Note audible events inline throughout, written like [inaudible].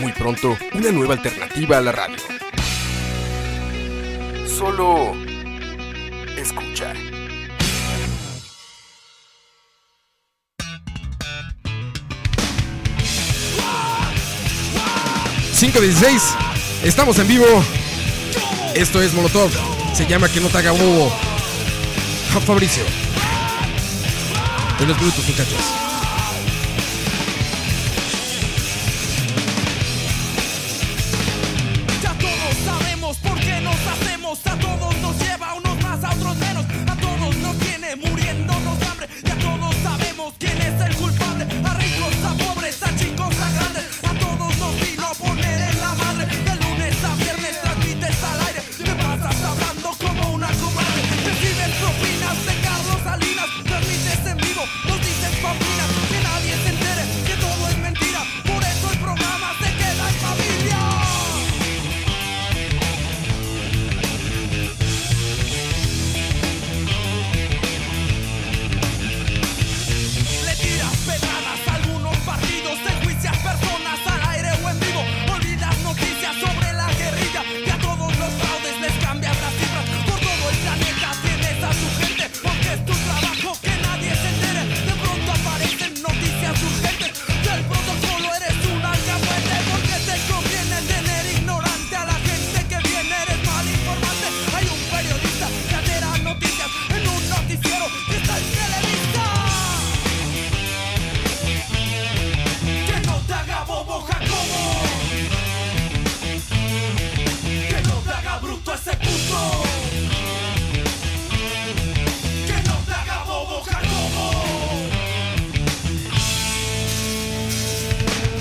Muy pronto, una nueva alternativa a la radio. Solo escuchar. ¿516? Estamos en vivo. Esto es Molotov. Se llama Que no te haga bobo. Ja, Fabricio. De los brutos, muchachos. Ya todos sabemos por qué nos hacemos. A todos nos lleva a unos más, a otros menos. A todos nos tiene muriéndonos de hambre. Ya todos sabemos quién es el culpable. A ricos, a pobres, a chicos, a grandes. A todos nos vino a poner en la madre. De lunes a viernes transmites al aire. Te pasas hablando como una comadre. Recibes propinas de Carlos Salinas. Transmites en vivo, nos dicen papinas. Que nadie se entere que todo es mentira. Por eso el programa se queda en familia. Le tiras pedradas a algunos partidos, enjuicias personas al aire o en vivo. Olvidas noticias sobre la guerrilla y a todos los fraudes les cambias las cifras. Por todo el planeta tienes a tu gente, porque es tu trabajo que nadie se entere. De pronto aparecen noticias urgentes. Del protocolo eres un alcahuete, porque te conviene tener ignorante a la gente que viene, eres mal informante. Hay un periodista que altera noticias en un noticiero que está en Televisa. Que no te haga bobo Jacobo Que no te haga bruto ese puto Que no te haga bobo Jacobo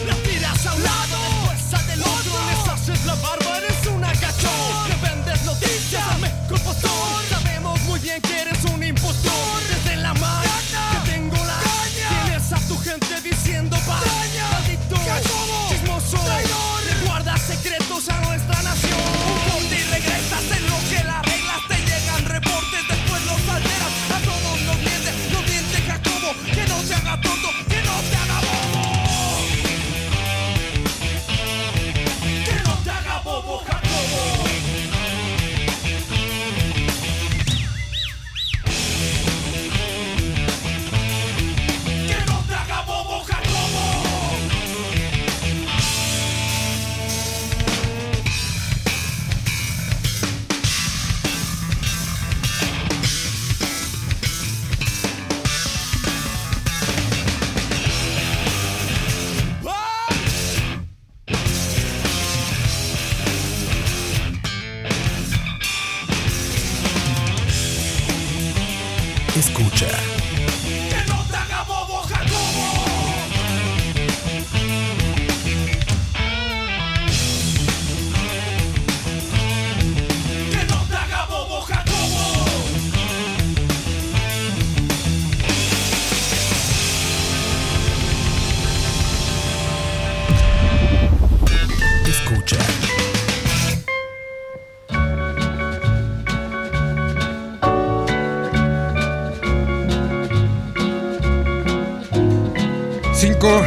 La tiras a un lado, fuerza del otro Les haces la barba, eres un agachón Le vendes noticias a Mecopotón Sabemos muy bien que eres un impostor Desde la mano que tengo la Tienes a tu gente diciendo vaya Maldito, chismoso Le guardas secretos a nuestra nación Un corte y regresas en lo que las reglas te llegan Reportes, después los alteras A todos los mientes, los miente Jacobo Que no se haga tonto, que no te haga bobo que no te haga bobo Jacobo Que no te haga bobo Jacobo Escucha. Que no te haga bobo Jacobo Que no te haga bobo Jacobo Escucha. Cinco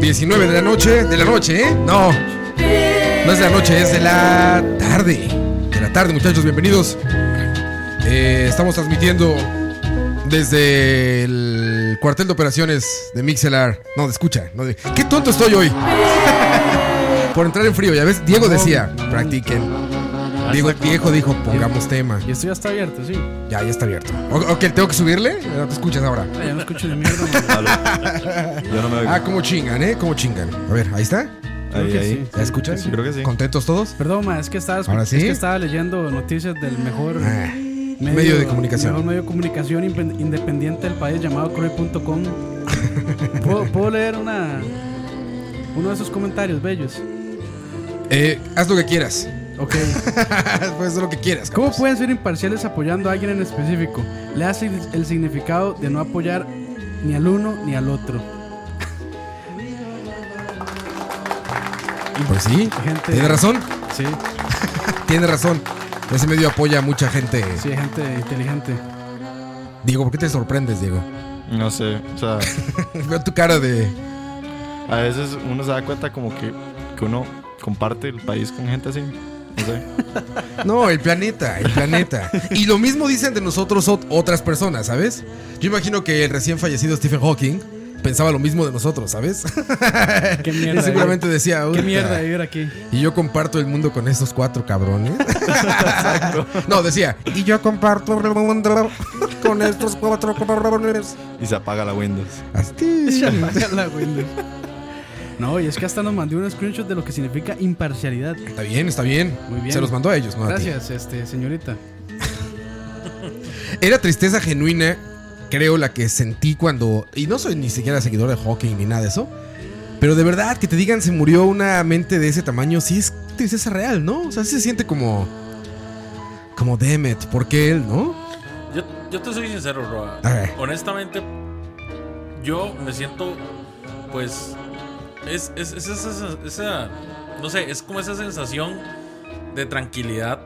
19 de la noche. De la noche, ¿eh? No. No es de la noche, es de la tarde. De la tarde, muchachos, bienvenidos. Eh, estamos transmitiendo desde el cuartel de operaciones de Mixelar. No, de escucha. No de... Qué tonto estoy hoy. [laughs] Por entrar en frío, ya ves. Diego decía, practiquen. Diego viejo dijo, pongamos tema. Y esto ya está abierto, sí. Ya, ya está abierto. O- Ok, tengo que subirle. No te escuchas ahora. Ah, ya no escucho ni mierda. man. [laughs] Yo no me oigo. Ah, cómo chingan, ¿eh? Cómo chingan. A ver, ahí está. creo ahí, que ahí. sí. ¿La escuchan? Sí, creo que sí. ¿Contentos todos? Perdón, ma, es que estaba, escu- ¿Ahora sí? es que estaba leyendo noticias del mejor Ah, medio de comunicación. mejor medio de comunicación impen- [laughs] independiente del país llamado Croy.com. ¿Puedo, puedo leer una, Uno de esos comentarios bellos. Eh, haz lo que quieras. [laughs] Ok. Puedes hacer lo que quieras. ¿Cómo pueden ser imparciales apoyando a alguien en específico? Le hace el significado de no apoyar ni al uno ni al otro. Pues sí, Gente- tiene razón. Sí, Tiene razón. Ese medio apoya a mucha gente. sí, gente [laughs] inteligente. Diego, ¿por qué te sorprendes, Diego? [laughs] No sé, o sea, Veo tu cara de. a veces uno se da cuenta como que, que uno comparte el país con gente así. No sé. No, el planeta, el planeta. Y lo mismo dicen de nosotros ot- otras personas, ¿sabes? Yo imagino que el recién fallecido Stephen Hawking pensaba lo mismo de nosotros, ¿sabes? [laughs] Qué Él mierda. seguramente decía, Qué "Uta, mierda de vivir aquí. Y yo comparto el mundo con esos cuatro cabrones. [laughs] no, decía, y yo comparto el mundo con estos cuatro cabrones. Y se apaga la Windows. Así. La Windows. No, y es que hasta nos mandó un screenshot de lo que significa imparcialidad. Está bien, está bien. Muy bien. Se los mandó a ellos, ¿no? a ti. Gracias, este, señorita. Era tristeza genuina, creo, la que sentí cuando. Y no soy ni siquiera seguidor de hockey ni nada de eso. Pero de verdad, que te digan se murió una mente de ese tamaño, sí es tristeza real, ¿no? O sea, sí se siente como. Como Demet, ¿por qué él, no? Yo, yo te soy sincero, Roa. A ver. Honestamente, yo me siento, pues, es, es- es esa, esa- no sé, es como esa sensación de tranquilidad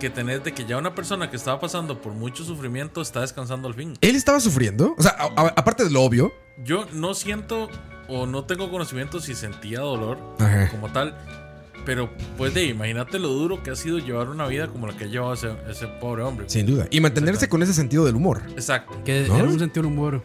que tenés de que ya una persona que estaba pasando por mucho sufrimiento está descansando al fin. ¿Él estaba sufriendo? O sea, a- a- aparte de lo obvio. Yo no siento o no tengo conocimiento si sentía dolor Ajá. como tal, pero pues de imagínate lo duro que ha sido llevar una vida como la que ha llevado ese, ese pobre hombre. Sin duda. Y mantenerse con ese sentido del humor. Exacto. Que ¿No? era un sentido del humor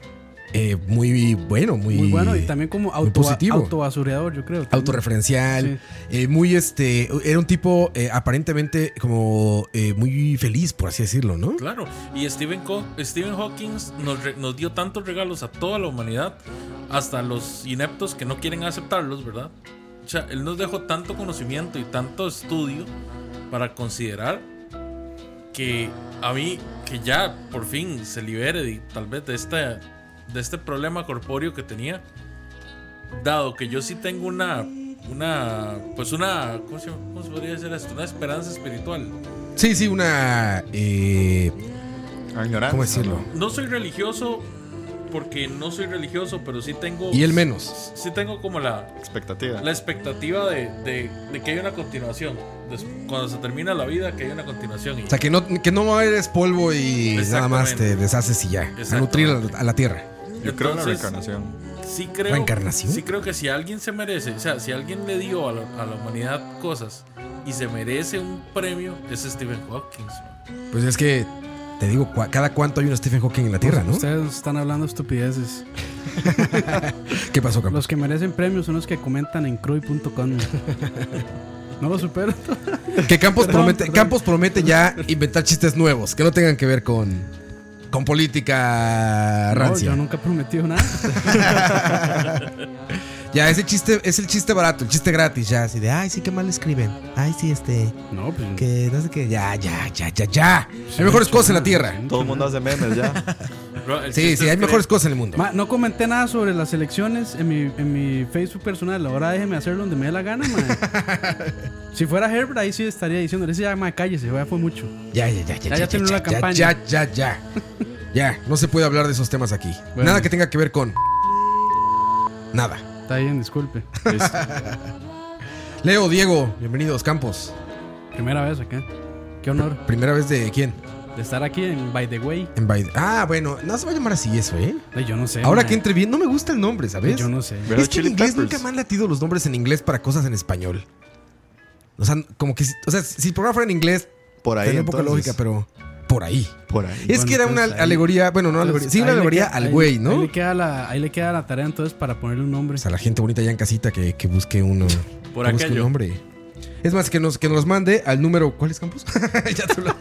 Eh, muy bueno, muy. muy bueno y también como muy auto, positivo. autobasureador, yo creo. también. Autorreferencial, eh, muy este. Era un tipo eh, aparentemente como eh, muy feliz, por así decirlo, ¿no? Claro, y Stephen, Co- Stephen Hawking nos, re- nos dio tantos regalos a toda la humanidad, hasta los ineptos que no quieren aceptarlos, ¿verdad? O sea, él nos dejó tanto conocimiento y tanto estudio para considerar que a mí, que ya por fin se libere de- tal vez de este, de este problema corpóreo que tenía, dado que yo sí tengo una, una pues una, ¿cómo se, llama? ¿Cómo se podría decir esto? Una esperanza espiritual. Sí, sí, una. eh, Ah, Ignorancia. ¿Cómo decirlo? No soy religioso porque no soy religioso, pero sí tengo. Y él menos. Sí tengo como la, Expectativa. la expectativa de, de- de que hay una continuación. Des- Cuando se termina la vida, que hay una continuación. Y, O sea, que no, que no eres polvo y nada más te Exactamente. deshaces y ya. A nutrir a la, a la tierra. Yo creo en la Entonces, reencarnación. sí creo, ¿Reencarnación? Sí creo que si alguien se merece, o sea, si alguien le dio a la, a la humanidad cosas y se merece un premio, es Stephen Hawking. Pues es que. Te digo, cua- cada cuánto hay un Stephen Hawking en la Tierra, ¿no? Ustedes están hablando estupideces. ¿Qué pasó, Campo? Los que merecen premios son los que comentan en [laughs] croy.com. No lo supero. Que Campos, Perdón, promete, perdón. Campos promete ya inventar chistes nuevos que no tengan que ver con, con política No, rancia. yo nunca he [laughs] prometido nada. Ya, ese chiste es el chiste barato, el chiste gratis, ya. Así de, ay, sí, qué mal escriben. Ay, sí, este, No, pues. que no sé qué. Ya, ya, ya, ya, ya. sí, Hay mejores no, cosas en la no, tierra. sí, no, Todo el mundo hace memes ya. Ro- el Sí, chiste sí, es hay que- mejores cosas en el mundo. Ma, no comenté nada sobre las elecciones en mi, en mi Facebook personal. Ahora déjeme hacer donde me dé [laughs] la gana, ma. si fuera Herbert, ahí sí estaría diciendo. Ese ya, ma, cállese, ya fue mucho. Ya, ya, ya, ya, Ya, ya terminó la ya, campaña. ya, ya, ya. Ya, no se puede hablar de esos temas aquí. Bueno. Nada que tenga que ver con... Nada. Está bien, disculpe. Pues, Leo, Diego, bienvenidos, Campos. [laughs] Primera vez acá. Qué honor Primera vez de quién? de estar aquí en By the Way. En Biden. Ah, bueno, no se va a llamar así eso, ¿eh? Ay, yo no sé. Ahora ma. que entre bien, no me gusta el nombre, ¿sabes? Yo no sé. Es Red Hot que en Chili inglés Peppers. nunca me han latido los nombres en inglés para cosas en español. O sea, como que. si- O sea, si el programa fuera en inglés, Por ahí. tendría un poco de entonces. lógica, pero. Por ahí. Por [laughs] ahí. es que era una entonces, ahí- alegoría. Bueno, no alegoría. Entonces, Sí, una ahí le alegoría queda- al ahí- güey, ¿no? Ahí le, queda la, ahí le queda la tarea entonces para ponerle un nombre. O sea, la gente bonita ya en casita que, que busque uno. Por que busque un aquello. nombre. Es más, que nos, que nos mande al número. ¿Cuál es Campos? [laughs] Ya te lo-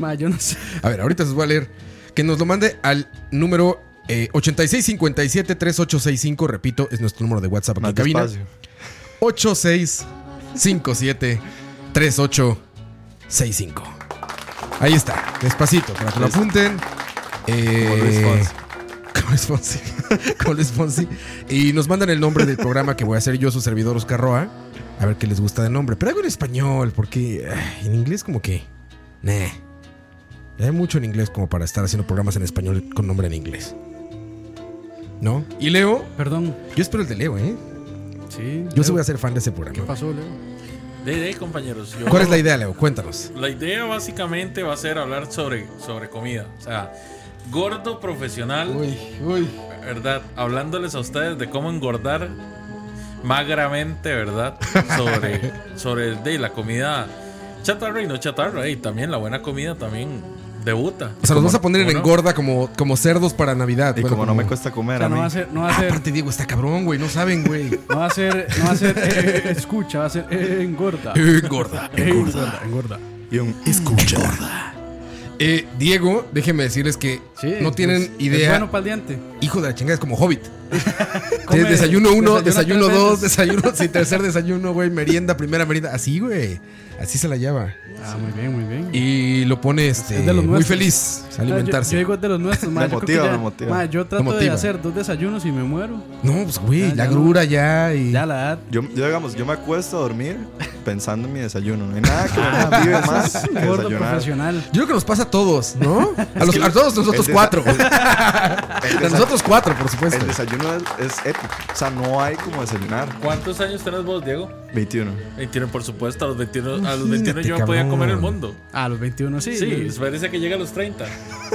Ma, yo no sé. [laughs] A ver, ahorita se los voy a leer. Que nos lo mande al número eh, 8657-3865. Repito, es nuestro número de WhatsApp aquí Más en cabina. despacio. 8657-3865. Ahí está, despacito, para que lo apunten. Eh, Como Luis Fonsi. como Luis Fonsi. [laughs] Cole Sponsi. Y nos mandan el nombre del programa que voy a hacer yo, su servidor Oscar Roa. A ver qué les gusta de nombre. Pero algo en español, porque ay, en inglés como que... Nah. Hay mucho en inglés como para estar haciendo programas en español con nombre en inglés. ¿No? Y Leo, Perdón. yo espero el de Leo, ¿eh? Sí. Yo sí voy a ser fan de ese programa. pasó, Leo? De, de, compañeros. yo- ¿Cuál es la idea, Leo? Cuéntanos. La idea básicamente va a ser hablar sobre, sobre comida. O sea, gordo profesional, Uy, uy. ¿verdad? Hablándoles a ustedes de cómo engordar magramente, ¿verdad? Sobre, sobre de, la comida chatarra y no chatarra. Y también la buena comida también debuta. O sea, nos vas a poner en Bueno, engorda como, como cerdos para Navidad. Y Bueno, como no me cuesta O comer sea, a no va a mí. ser, no va a Ah, ser, aparte Diego está cabrón, güey. No saben, [laughs] güey. no va a ser, no va a ser, [laughs] eh, eh, escucha, va a ser eh, engorda. Engorda. Eh, engorda, engorda. Y un- Eh, Diego, déjenme decirles que Sí, no es- tienen es- es idea. bueno para el diente. Hijo de la chingada, es como Hobbit. Come- Tienes desayuno uno, desayuna desayuno tres dos, veces. desayuno, [laughs] sí, tercer desayuno, güey, merienda, primera merienda. Así, güey. Así se la lleva. Ah, muy bien, muy bien. Y lo pone este, Es de los muy nuestros. feliz a Ah, yo- Yo, alimentarse. digo es de los [laughs] nuestros, ma, Me yo creo que motiva, ya- me motiva. ma, yo trato de motiva. hacer dos desayunos y me muero. no, pues, güey, Ah, Ya, la ya grura ya y. Ya la [laughs] edad. Yo, yo, digamos, yo me acuesto a dormir pensando en mi desayuno. No hay nada que me motive [laughs] más que Gordo desayunar. profesional. Yo creo que nos pasa a todos, [laughs] ¿no? A, los, a todos nosotros el desa- [laughs] cuatro. güey. El, A desa- nosotros cuatro, por supuesto. el desayuno es, es épico. O sea, no hay como desayunar. ¿Cuántos años tenés vos, Diego? 21. 21, por supuesto. A los 21, a los Imagínate, 21 yo me podía cabrón. comer el mundo. A los 21 sí. Sí, yo- parece que llegue a los 30.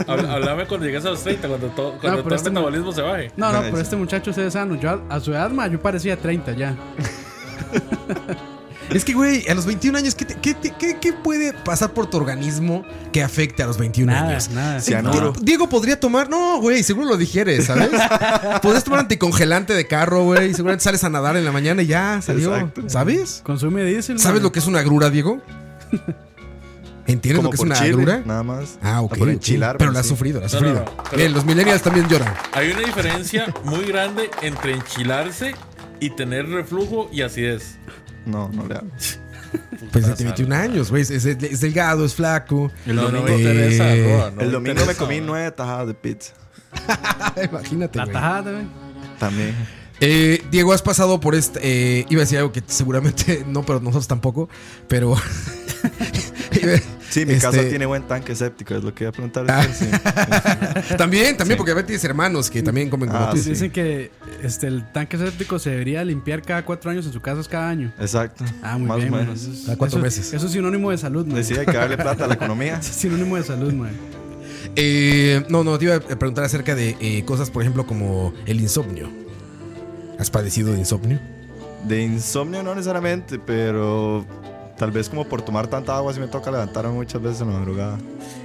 Habl- Hablame cuando llegues a los 30, cuando, todo cuando pero todo este el metabolismo se baje. No, no, Nice. pero este muchacho se ve sano. Yo a, a su edad, ma, yo parecía 30 ya. Es que, güey, a los 21 años, ¿qué, te- qué, te- qué- qué puede pasar por tu organismo que afecte a los 21 Nada, años? nada. Sí, Di- Cianuro. Diego podría tomar, no, güey, seguro lo digieres, [laughs] ¿sabes? Podrías tomar anticongelante de carro, güey, seguramente sales a nadar en la mañana y ya salió, Exacto. ¿sabes? Consume diésel. ma. ¿Sabes lo que es una agrura, Diego? ¿Entiendes Como lo que es por una Chile, agrura? Nada más. Ah, ok. Por ok. enchilar. pero la has sí. sufrido, la has No, no, sufrido. no, pero- Bien, los millennials también lloran. Hay una diferencia muy grande entre enchilarse y tener reflujo y acidez. No, no le hago. Pues ya tiene 21 años, güey, es, es- es delgado, es flaco. El domingo Eh, [laughs] Teresa, Roa, no el domingo me interesa, comí ¿no? nueve tajadas de pizza. Ah, Imagínate, La güey. tajada, güey. También. Eh, Diego, has pasado por este. eh, iba a decir algo que seguramente [laughs] no, pero nosotros tampoco. Pero. [laughs] Sí, mi casa Este- tiene buen tanque séptico, es lo que iba a preguntar. después, sí. También, también, Sí. porque a ver, tienes hermanos que también comen como Ah, tú. sí. Dicen que este, el tanque séptico se debería limpiar cada cuatro años en su casa, es cada año. Exacto. Ah, muy más bien, o man. menos. Eso es- Cada cuatro eso- meses. Eso es sinónimo de salud, man. Decía, hay que darle plata a la economía. Eso es [laughs] sinónimo de salud, man. Eh, no, no, te iba a preguntar acerca de eh, cosas, por ejemplo, como el insomnio. ¿Has padecido de insomnio? De insomnio no necesariamente, pero tal vez como por tomar tanta agua sí me toca levantarme muchas veces en la madrugada.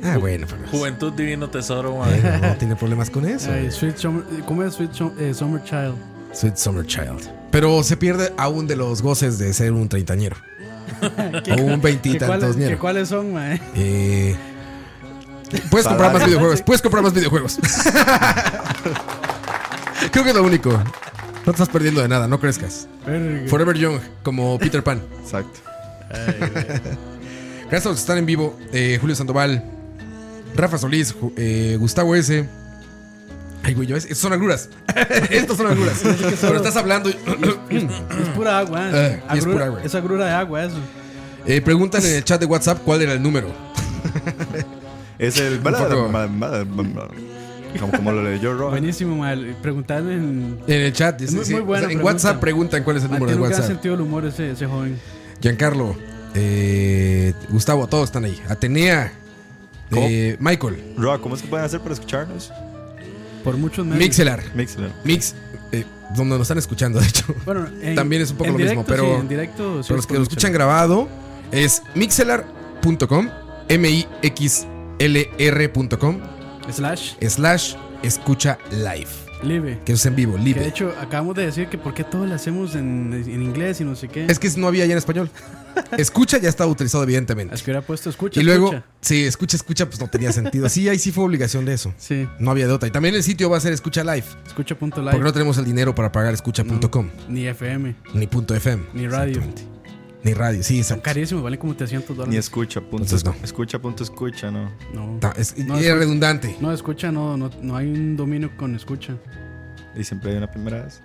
Ah, bueno, pero. Juventud divino Eh. tesoro, madre. Bueno, no tiene problemas con eso. Ay, Sweet Summer- ¿Cómo es Sweet Sum- eh, Summer Child? Sweet Summer Child. Pero se pierde aún de los goces de ser un treintañero. o un ¿Qué cuáles- qué veintitantoñero. cuáles son, man? Eh, puedes comprar más Salario. videojuegos. Puedes comprar más videojuegos. Creo que es lo único. No te estás perdiendo de nada, no crezcas. Verga. Forever Young, como Peter Pan. Exacto. Gracias a los que están en vivo. eh, Julio Sandoval, Rafa Solís, Ju- eh, Gustavo S. Ay, güey, yo, es- son agruras. [laughs] Estas son agruras. Pero estás hablando. [clears throat] y- [clears throat] Mm. Es pura agua. Eh, ¿eh? y es Agrura- pura agua. Es agrura de agua, eso. Eh, preguntan en el chat de WhatsApp cuál era el número. Es el... poco. [laughs] Como, como lo leyó Rob. Buenísimo, mal. Preguntarle en. En el chat. Es sí, muy- sí. muy O sea, buena en pregunta. WhatsApp preguntan cuál es el número de Mantiene un gran WhatsApp. sentido del humor ese, ese joven. Giancarlo, eh, Gustavo, todos están ahí. Atenea, eh, Michael, Rob, ¿cómo es que pueden hacer para escucharnos? Por muchos meses. Mixelar, Mixler. Mix, eh, donde nos están escuchando, de hecho. Bueno, en- También es un poco en lo mismo, directo, pero- sí, en directo, sí, Pero los que lo por mucho. escuchan grabado es mixelar.com, M-I-X-L-R.com, Slash, slash escucha live, live. que eso es en vivo, Que de live. hecho, acabamos de decir que por qué todo lo hacemos en, en inglés y no sé qué. Es que no había ya en [laughs] español. Escucha ya está utilizado, evidentemente. Es que hubiera puesto escucha. Y luego, escucha. sí, escucha, escucha, pues no tenía sentido. Sí, ahí sí fue obligación de eso. Sí, No había de otra. Y también el sitio va a ser escucha live. escucha.live. Porque no tenemos el dinero para pagar escucha.com, Ni FM. ni punto .fm. Mm. Ni radio. Exactamente. Ni radio, sí, Son exacto. carísimos, valen como 300 Ni dólares. escucha, punto. Entonces, no. Escucha, punto, escucha, no. No. Ta- es, No, es escucha. redundante. No, escucha, no, no, no hay un dominio con escucha. Y siempre hay una primera vez.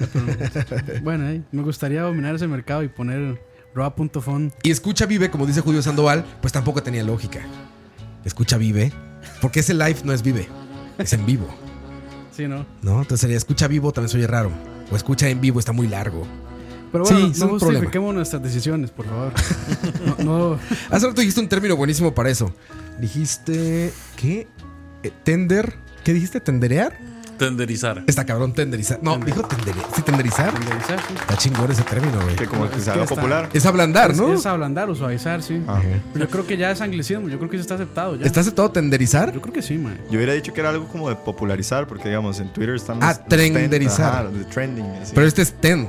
Eh. Bueno, ahí, me gustaría dominar ese mercado y poner roa.fon. Y escucha vive, como dice Julio Sandoval, pues tampoco tenía lógica. Escucha vive, porque ese live no es vive, es en vivo, Sí, ¿no? ¿no? Entonces sería escucha vivo también soy raro. O escucha en vivo está muy largo. Pero Sí, bueno, es no un problema. justifiquemos nuestras decisiones, [laughs] por favor. No, no, Hace rato dijiste un término buenísimo para eso. Dijiste, ¿qué? Eh, ¿Tender? ¿Qué dijiste? ¿Tenderear? Tenderizar. Está cabrón, tenderizar. No, dijo tenderear. ¿Sí, tenderizar? Tenderizar, sí. Está chingón ese término, güey. Que como Ah, que Ah. se que haga está- popular. Es ablandar, ¿no? Ah. es ablandar o suavizar, sí. Yo creo que ya es anglicismo, yo creo que eso está aceptado ya. ¿Está aceptado tenderizar? Yo creo que sí, man. Yo hubiera dicho que era algo como de popularizar, porque digamos en Twitter están Ah, trend- trenderizar. ajá, de trending. así. Pero este es tenth.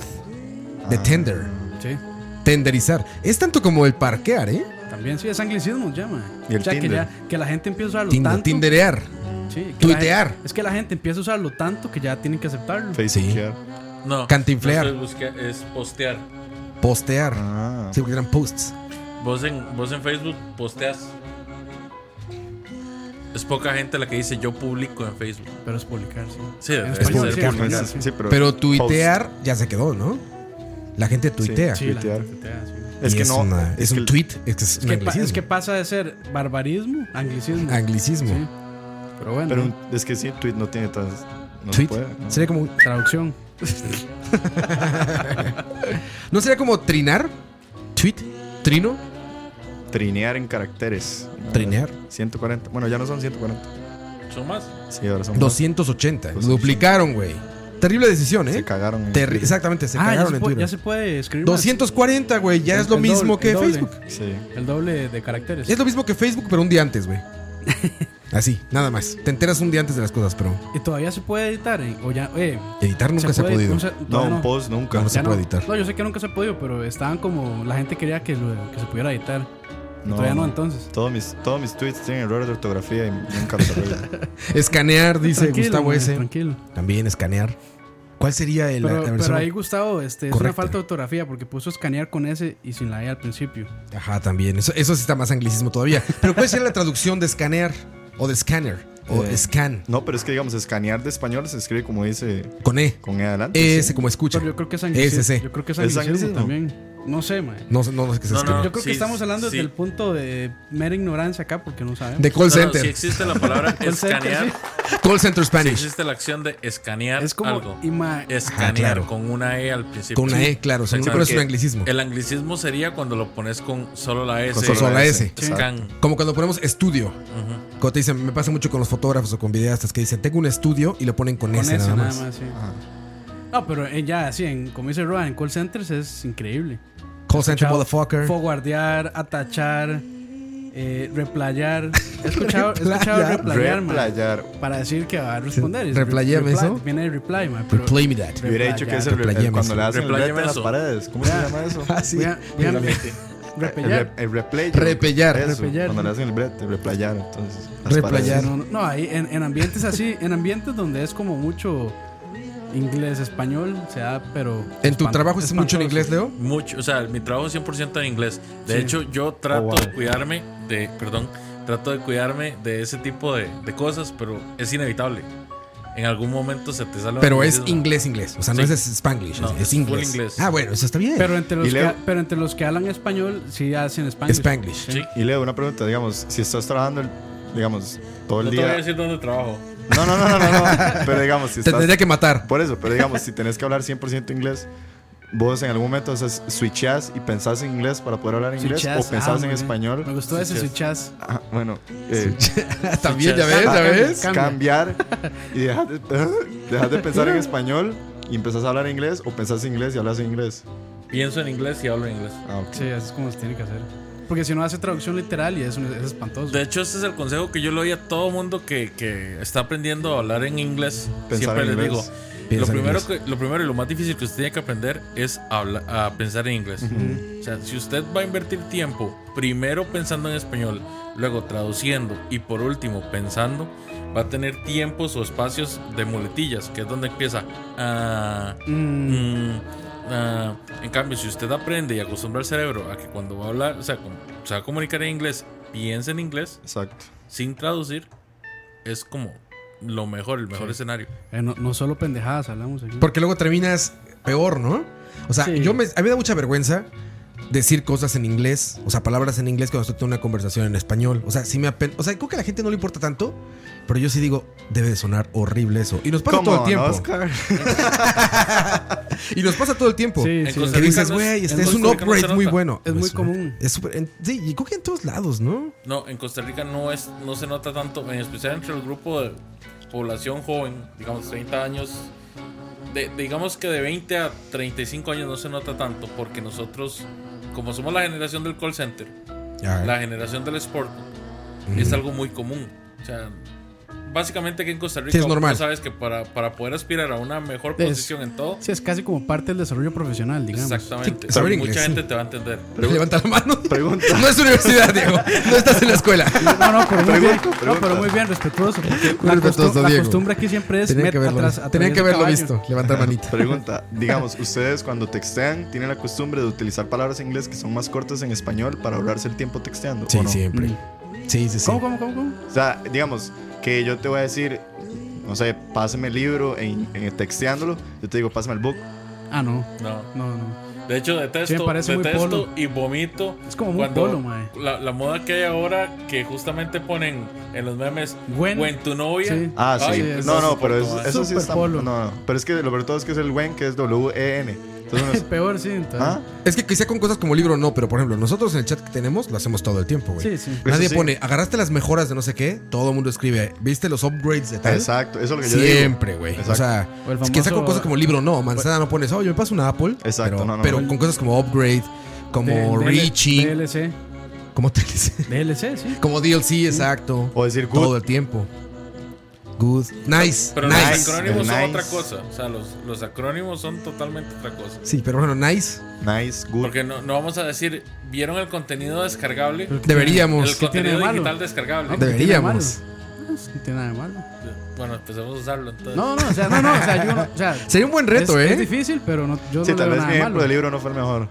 De tender. Sí. Tenderizar. Es tanto como el parquear, ¿eh? También sí, es anglicismo ya, man. Y el o sea, que, Tinder. ya, que la gente empieza a usarlo Tin- tanto. Tinderear. sí, que la tuitear. gente- es que la gente empieza a usarlo tanto que ya tienen que aceptarlo. Facebookear. No. Cantinflear. no es busquear, es postear. Postear. Ah. Sí, porque eran posts. Vos en, vos en Facebook posteas. Es poca gente la que dice yo publico en Facebook. Pero es publicar, sí. Sí, En es español, publicar, sí, no en es- español, sí. pues, Sí, pero, Pero tuitear ya se quedó, ¿no? La gente tuitea. Sí, la gente tuitear. tuitea, sí. post. Es Y que no. una- es, es un que- tweet. Es que es, Es un que, pa- anglicismo. es que pasa de ser barbarismo a anglicismo. Anglicismo. Sí. Pero bueno, Pero un- es que sí, un tweet no tiene tan. No se Tweet. puede. ¿no? Sería como. traducción. ¿No sería como trinar? Tweet. Trino. Trinear en caracteres. Trinear. 140. Bueno, ya no son 140. Son más. Sí, ahora son. más. 280. Duplicaron, güey. Terrible decisión, ¿eh? Se cagaron. en Terri- Twitter. Exactamente, se ah, ya cagaron se, en puede, Twitter. ya se puede escribir. más. 240, güey. Ya El- es lo el mismo doble, que el doble. Facebook. Sí. El doble de caracteres. Es lo mismo que Facebook, pero un día antes, [laughs] güey. Así, nada más. Te enteras un día antes de las cosas, pero Y todavía se puede editar. eh, O ya, eh, editar nunca se, ha podido. no se- No, todavía un no. post nunca. No, no se Ya puede editar. No, yo sé que nunca se ha podido, pero estaban como. La gente quería que, lo- que se pudiera editar. No, todavía no, no. entonces. Todos mis, todos mis tweets tienen errores de ortografía y nunca los arreglo. Escanear, dice Tranquilo, Gustavo man, S. Tranquilo. También escanear. ¿Cuál sería el, Pero, la pero versión? ahí, Gustavo, este, es una Correcta. falta de ortografía porque puso escanear con S y sin la E al principio. Ajá, también. Eso, eso sí está más anglicismo todavía. Pero ¿cuál sería la traducción de escanear? O de scanner. O Eh. scan. No, pero es que digamos, escanear de español se escribe como dice Con E. con E adelante. sí. S como escucha. Pero yo creo que es anglicismo. SC. Yo creo que es ¿Es anglicismo anglicismo? también. No sé, man. No, sé- no, no sé qué se No, escribe. no. Yo creo que sí, estamos hablando sí. desde el punto de mera ignorancia acá porque no sabemos. De call No, no, center. si existe la [laughs] palabra center, escanear, sí. Call center si Spanish. existe la acción de escanear es como. algo. ima- Escanear Ah, claro. con una E al principio. Con una Sí. E, claro. Según Exacto. pero es un Que anglicismo. El anglicismo sería cuando lo pones con solo la S. Con solo la S. Exacto. Scan. Como cuando ponemos estudio. Cuando te dicen, me pasa mucho con los fotógrafos o con videastas que dicen, tengo un estudio y lo ponen con, Con ese eso nada nada más. más, sí. No, pero eh, ya, así, en, como dice Roa, en call centers es increíble. Call center Chao. motherfucker. Foguardear, atachar, eh, replayar. [laughs] He escuchado, he escuchado Replayar. replayar, man, Replayar. Para decir que va a responder. Es Replayame reply- eso. Viene de reply, man. pero- Replay me that. Yo hubiera dicho que es el, Replayemos. el- cuando le hacen el reto en las Replayemos. paredes. ¿Cómo se llama [laughs] eso? Ah, Vean- vean- El, repellar. re- el replay. Repellar. Eso, Repellar. Cuando le hacen el reto, el replayar. Entonces, las Replayar. paredes. No, no, no, ahí en, en ambientes así, en ambientes donde es como mucho inglés, español, se da, pero. ¿En tu espan- trabajo es mucho en espantoso. inglés, Leo? Mucho, o sea, mi trabajo es 100% en inglés. De hecho, yo trato Oh, wow. de cuidarme de, perdón, trato de cuidarme de ese tipo de, de cosas, pero es inevitable. En algún momento se te sale un Pero es anglicismo. inglés, inglés. O sea, no Sí. es spanglish, No, es, es full inglés. inglés. Ah, bueno, eso está bien. Pero entre, los Y Leo- que, pero entre los que hablan español, sí hacen español. Spanglish. Sí. Y Leo, una pregunta. Digamos, si estás trabajando, el- digamos, todo el No te voy a día. decir dónde trabajo. No, no, no, no, no, no. Pero digamos, si Te estás. [laughs] tendría que matar. Por eso, pero digamos, si tenés que hablar 100% inglés, vos en algún momento o sea, switchás y pensás en inglés para poder hablar inglés Switchás, o pensás ah, en muy bien. español. Me gustó ese switchas. Ah, bueno, eh, También, ya ves, Ah, ya ves. Cambia. cambiar y dejar de, [laughs] dejar de pensar en español y empezás a hablar inglés o pensás en inglés y hablas en inglés. Pienso en inglés y hablo en inglés. Ah, ok. Sí, así es como se tiene que hacer. Porque si no hace traducción literal y es, un- es espantoso. De hecho, este es el consejo que yo le doy a todo mundo que, que está aprendiendo a hablar en inglés. Pensar Siempre en les inglés. digo, Piensa lo en primero, inglés. que, lo primero y lo más difícil que usted tiene que aprender es habla- a pensar en inglés. O sea, si usted va a invertir tiempo primero pensando en español, luego traduciendo y por último pensando, va a tener tiempos o espacios de muletillas, que es donde empieza. ah, mm, ah. en cambio, si usted aprende y acostumbra el cerebro a que cuando va a hablar, o sea, como se va a comunicar en inglés, piensa en inglés Exacto. sin traducir, es como lo mejor, el mejor escenario. Eh, no, no solo pendejadas hablamos aquí. Porque luego terminas peor, ¿no? O sea, Sí. yo me, a mí me da mucha vergüenza decir cosas en inglés, o sea, palabras en inglés cuando estoy teniendo una conversación en español. O sea, sí me apen- O sea, creo que a la gente no le importa tanto, pero yo sí digo, debe de sonar horrible eso. Y nos pasa todo el tiempo. [laughs] Oscar? Y nos pasa todo el tiempo. Sí, en sí. Costa Que sí. dices, Rica no güey, es- este en es un Costa Rica no se upgrade muy nota". bueno. Es muy una- común. Es súper- en- sí, y creo que en todos lados, ¿no? No, en Costa Rica no es no se nota tanto, en especial entre el grupo de población joven, digamos 30 años, de- digamos que de 20 a 35 años no se nota tanto, porque nosotros, como somos la generación del call center, Ah, la generación del sport, es algo muy común. O sea, básicamente aquí en Costa Rica, es normal. vos sabes que para, para poder aspirar a una mejor Es- posición en todo, Sí, es casi como parte del desarrollo profesional, digamos. exactamente, Sí, saber mucha inglés. gente te va a entender. Levanta la [laughs] mano. Pregunta. No es universidad, Diego. No estás en la escuela. No, no, pero muy bien, Pregunta, no, pero muy bien respetuoso. porque Muy la, respetuoso, costum- la Diego. costumbre aquí siempre es Tenía met- que haberlo, atrás- visto. atrás Tenía del que haberlo caballo. visto. Levantar manita. Pregunta, digamos, ustedes cuando textean tienen la costumbre de utilizar palabras en inglés que son más cortas en español para ahorrarse el tiempo texteando. Sí, ¿o no? siempre. Sí, sí, sí. ¿Cómo, cómo, cómo, cómo? O sea, digamos que yo te voy a decir, no sé, pásame el libro en, en texteándolo, yo te digo, pásame el book. Ah, no. No. No, no. De hecho, detesto, Sí, me parece muy detesto polo. y vomito. Es como muy cuando polo, mae. La, la moda que hay ahora, que justamente ponen en los memes, Gwen. Gwen tu novia. Sí. Ah, sí. Ay, sí, eso no, es no, pero soporto, eso, mae. eso sí Super está. polo. No, no. Pero es que lo peor de todo es que es el WEN, que es E W-E-N. Entonces uno Es [laughs] es, peor, sí. entonces. ¿ah? Es que quizá con cosas como libro no, pero por ejemplo, nosotros en el chat que tenemos lo hacemos todo el tiempo, güey. Pues Sí, sí. Nadie Eso sí. pone, agarraste las mejoras de no sé qué, todo el mundo escribe, ¿viste los upgrades de tal? ah, Exacto, eso es lo que yo digo. Siempre, güey. O Exacto. sea, O el es que sea con famoso- Pues cosas como libro no, manzana no pones, oye, me paso una Apple. Exacto, pero, no, no, pero no. con cosas como upgrade, como Del- del- reaching, DLC. como TLC, DLC, sí. [laughs] pues, como DLC, exacto. O decir good. Todo el tiempo. Good. Nice. Pero los nice. acrónimos son Nice. otra cosa. O sea, los, los acrónimos son totalmente otra cosa. Sí, pero bueno, nice. Nice, good. Porque no, no vamos a decir, ¿vieron el contenido descargable? El Deberíamos. ¿qué tiene de contenido malo? digital descargable. No, pero tiene de malo. Deberíamos. No, sí, no tiene nada de malo. Bueno, empezamos a usarlo entonces. No, no, o sea, no, no, o sea, yo no, o sea, Sería un buen reto, es, ¿eh? es difícil, pero no, yo Sí, no le veo tal vez mi nada ejemplo malo. de libro no fue el mejor.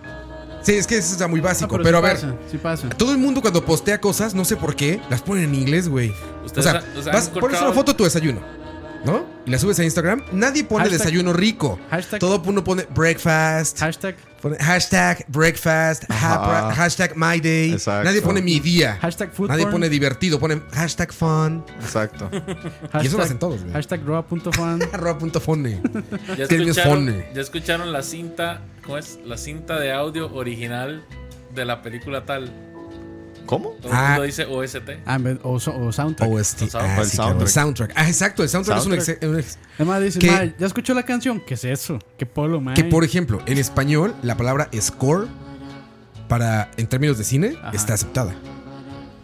Sí, es que eso está muy No, básico. pero a sí ver, pasa, sí pasa. todo el mundo cuando postea cosas, no sé por qué, las pone en inglés, güey. O Ustedes sea, han- o sea, vas- han pones una encontrado- foto de tu desayuno, ¿no? Y la subes a Instagram. Nadie pone Hashtag- desayuno rico. hashtag- Todo uno pone breakfast. Hashtag, pone hashtag breakfast. Ajá. hapra- hashtag my day. Exacto. Nadie pone mi día. hashtag food Nadie porn, pone divertido. Pone hashtag fun. [laughs] Exacto. [laughs] hashtag, Y eso lo hacen todos, güey. Hashtag raw.fan. Arroba punto funny. ¿Ya Que el mío es escucharon, phone. ya escucharon la cinta, ¿cómo es? La cinta de audio original de la película tal. ¿Cómo? Todo Ah. el mundo dice OST. Ah, en vez- o, so- o soundtrack. OST. O Ah, el sí, claro, el soundtrack. soundtrack. Ah, exacto. El soundtrack, es un ex- un ex- Además dices, ¿Qué? "Mae, ¿ya escuchó la canción? ¿Qué es eso? ¿Qué polo, man? Que por ejemplo, en español, la palabra score para en términos de cine Ajá. está aceptada.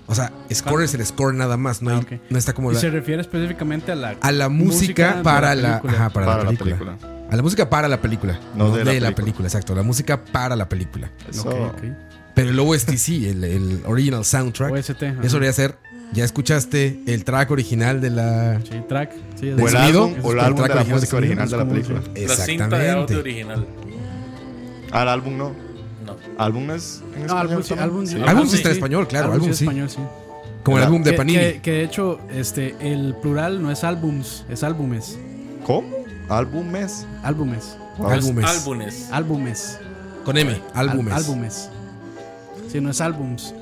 O sea, score es el score nada más, no, hay- Ah, ok. no está como Y la- se refiere específicamente a la... a la música, música de para la la, película. ajá, para, Para la la película. película. A la música para la película, no, de, la, película. exacto, la música para la película. Eso. Ok, ok. Pero el OST sí, el, el original soundtrack, OST. ajá. eso debería ser, ya escuchaste el track original de la Sí, track. Sí, es- O el Sonido, álbum, eso es o el el álbum track de la original, música sonido, original de la ¿cómo se película. La cinta de audio original. Al Ah, álbum no. No. Álbum es No, en español álbum sí, también? álbum Sí. sí. Álbum sí sí. está en español, claro, álbum sí. español, sí. Como el Claro. álbum de que, Panini. que- que de hecho, este, el plural no es álbums, es álbumes. ¿Cómo? Álbumes. Álbumes. Wow. Álbumes. Álbumes. Álbumes. Con M, Al- álbumes. álbumes. Sí, no es álbums.